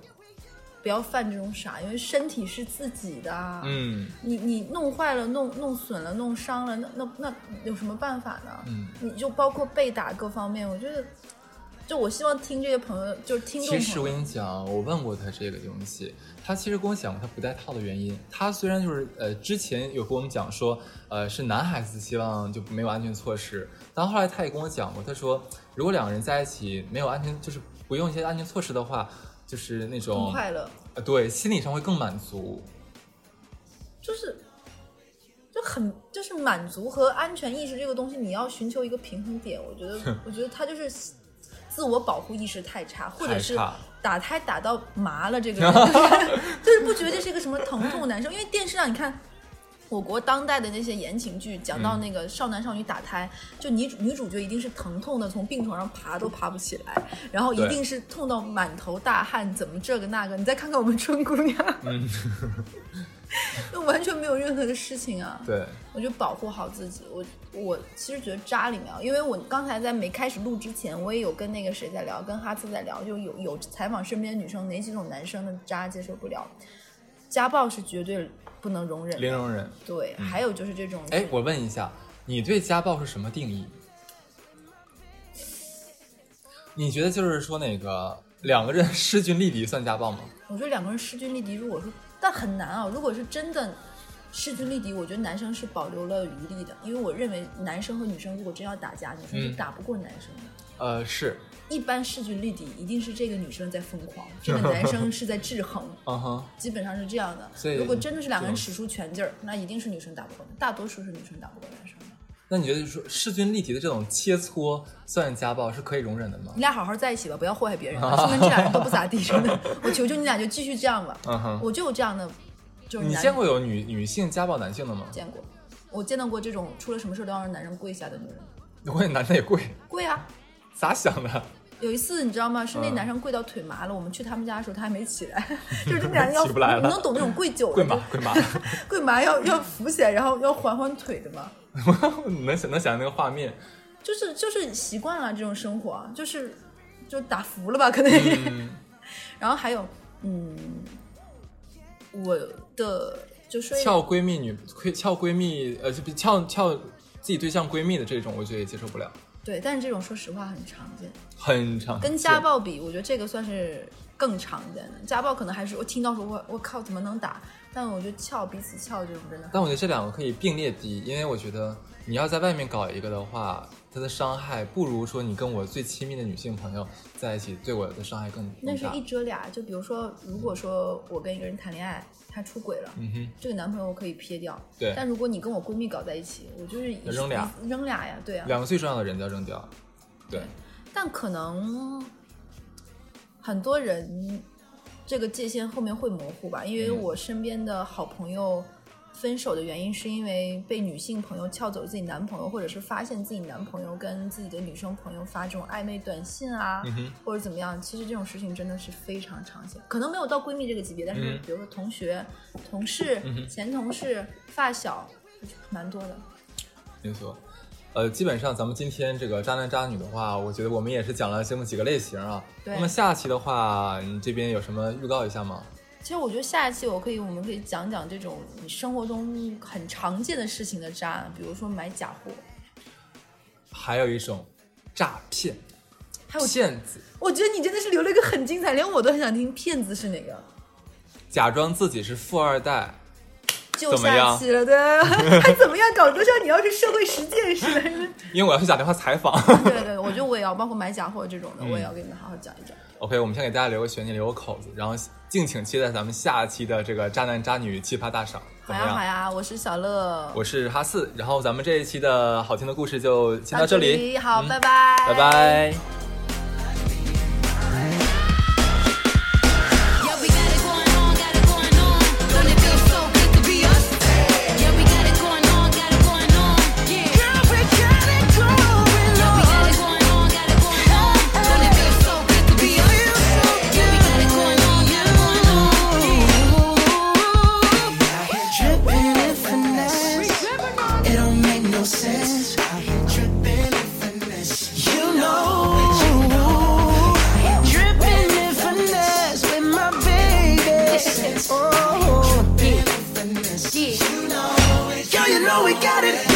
不要犯这种傻，因为身体是自己的啊。嗯，你你弄坏了、弄弄损了、弄伤了，那那那有什么办法呢？嗯，你就包括被打各方面，我觉得，就我希望听这些朋友，就是听众其实朋我友，跟你讲，我问过他这个东西，他其实跟我讲过他不戴套的原因。他虽然就是呃之前有跟我们讲说，呃是男孩子希望就没有安全措施，但后来他也跟我讲过，他说如果两个人在一起没有安全，就是不用一些安全措施的话，就是那更种快乐，呃对心理上会更满足。就是就很就是满足和安全意识这个东西，你要寻求一个平衡点。我觉得，我觉得他就是自我保护意识太差，或者是太差打胎打到麻了，这个人就是就是不觉得这是一个什么疼痛难受，因为电视上你看。我国当代的那些言情剧，讲嗯到那个少男少女打胎，就女主女主角一定是疼痛的，从病床上爬都爬不起来，然后一对定是痛到满头大汗，怎么这个那个？你再看看我们春姑娘，嗯 *laughs* 那完全没有任何的事情啊。对，我就保护好自己。我我其实觉得渣里面啊，因为我刚才在没开始录之前，我也有跟那个谁在聊，跟哈次在聊，就有有采访身边女生哪几种男生的渣接受不了。家暴是绝对不能容忍零的。容忍。对，还有就是这种，嗯哎，我问一下，你对家暴是什么定义？你觉得就是说那个两个人 *laughs* 势均力敌算家暴吗？我觉得两个人势均力敌，如果说但很难啊，如果是真的势均力敌，我觉得男生是保留了余力的，因为我认为男生和女生如果真要打架，女生嗯是打不过男生的。呃，是，一般势均力敌，一定是这个女生在疯 *laughs* 狂，这个男生是在制衡，嗯哼，基本上是这样的所以。如果真的是两个人这使出全劲儿，那一定是女生打不过，大多数是女生打不过男生。那你觉得说势均力敌的这种切磋算家暴是可以容忍的吗你？俩好好在一起吧，不要祸害别人啊。说明这俩人都不咋地，真 *laughs* 的。我求求你俩就继续这样吧。嗯哼我就有这样的，就是你男见过有女女性家暴男性的吗？ *laughs* 见过，我见到过这种出了什么事儿都要让男人跪下的女人，我也男的也跪，跪啊！咋想的？有一次你知道吗？是那嗯男生跪到腿麻了，我们去他们家的时候他还没起来， *laughs* 就是这男人要起不来了你能懂那种跪久了 *laughs* 跪麻跪麻，跪麻要要扶起来，然后要缓缓腿的嘛，能想能想象那个画面。就是就是习惯了这种生活，啊就是就打服了吧，可能也。嗯， *laughs* 然后还有，嗯，我的就说一撬闺蜜女撬闺蜜呃，就撬撬自己对象闺蜜的这种，我觉得也接受不了，对，但是这种说实话很常见，啊很长跟家暴比，我觉得这个算是更常见的。家暴可能还是我听到说我我靠怎么能打，但我觉得撬彼此撬这种真的但我觉得这两个可以并列第一，因为我觉得你要在外面搞一个的话，它的伤害不如说你跟我最亲密的女性朋友在一起，对我的伤害更那更是大一。遮俩，就比如说，如果说我跟一个人谈恋爱，他出轨了，嗯哼，这个男朋友我可以撇掉。对但如果你跟我闺蜜搞在一起，我就是一扔俩，一扔俩呀，对啊。两个最重要的人都要扔掉。对，但可能很多人这个界限后面会模糊吧，因为嗯我身边的好朋友分手的原因是因为被女性朋友撬走自己男朋友，或者是发现自己男朋友跟自己的女生朋友发这种暧昧短信啊，嗯哼或者怎么样。其实这种事情真的是非常常见，可能没有到闺蜜这个级别，但是嗯比如说同学、同事、嗯哼前同事、发小，蛮多的。没错。呃，基本上咱们今天这个渣男渣女的话，我觉得我们也是讲了这么几个类型啊。对那么下期的话，你这边有什么预告一下吗？其实我觉得下一期我可以，我们可以讲讲这种你生活中很常见的事情的渣，比如说买假货，还有一种诈骗，还有骗子哎我觉得你真的是留了一个很精彩，连我都很想听骗子是哪个。假装自己是富二代，就怎么样下期了的， *laughs* 还怎么样？搞得像你要是社会实践似的。 *laughs* 因为我要去打电话采访。对对，我觉得我也要，包括买假货这种的，嗯我也要给你们好好讲一讲。 OK，我们先给大家留个悬念，留个口子，然后敬请期待咱们下期的这个渣男渣女奇葩大赏，好怎么呀好样？呀，我是小乐，我是哈四，然后咱们这一期的好听的故事就先到这这里，好，嗯拜拜，拜拜。 Yeah, we got it going on, got it going on. Don't it feel so good to be us? Yeah, we got it going on, got it going on. Yeah. Girl, we got it going on. we got it going on, got it going on. Don't it feel so good to be us? Yeah, we got it going on, got it going on. Yeah. Dripping in finesse. It don't make no sense. Dripping in finesse. You know. Dripping in finesse with my baby. Oh. Dripping in finesse. You know. Yo, you know we got it.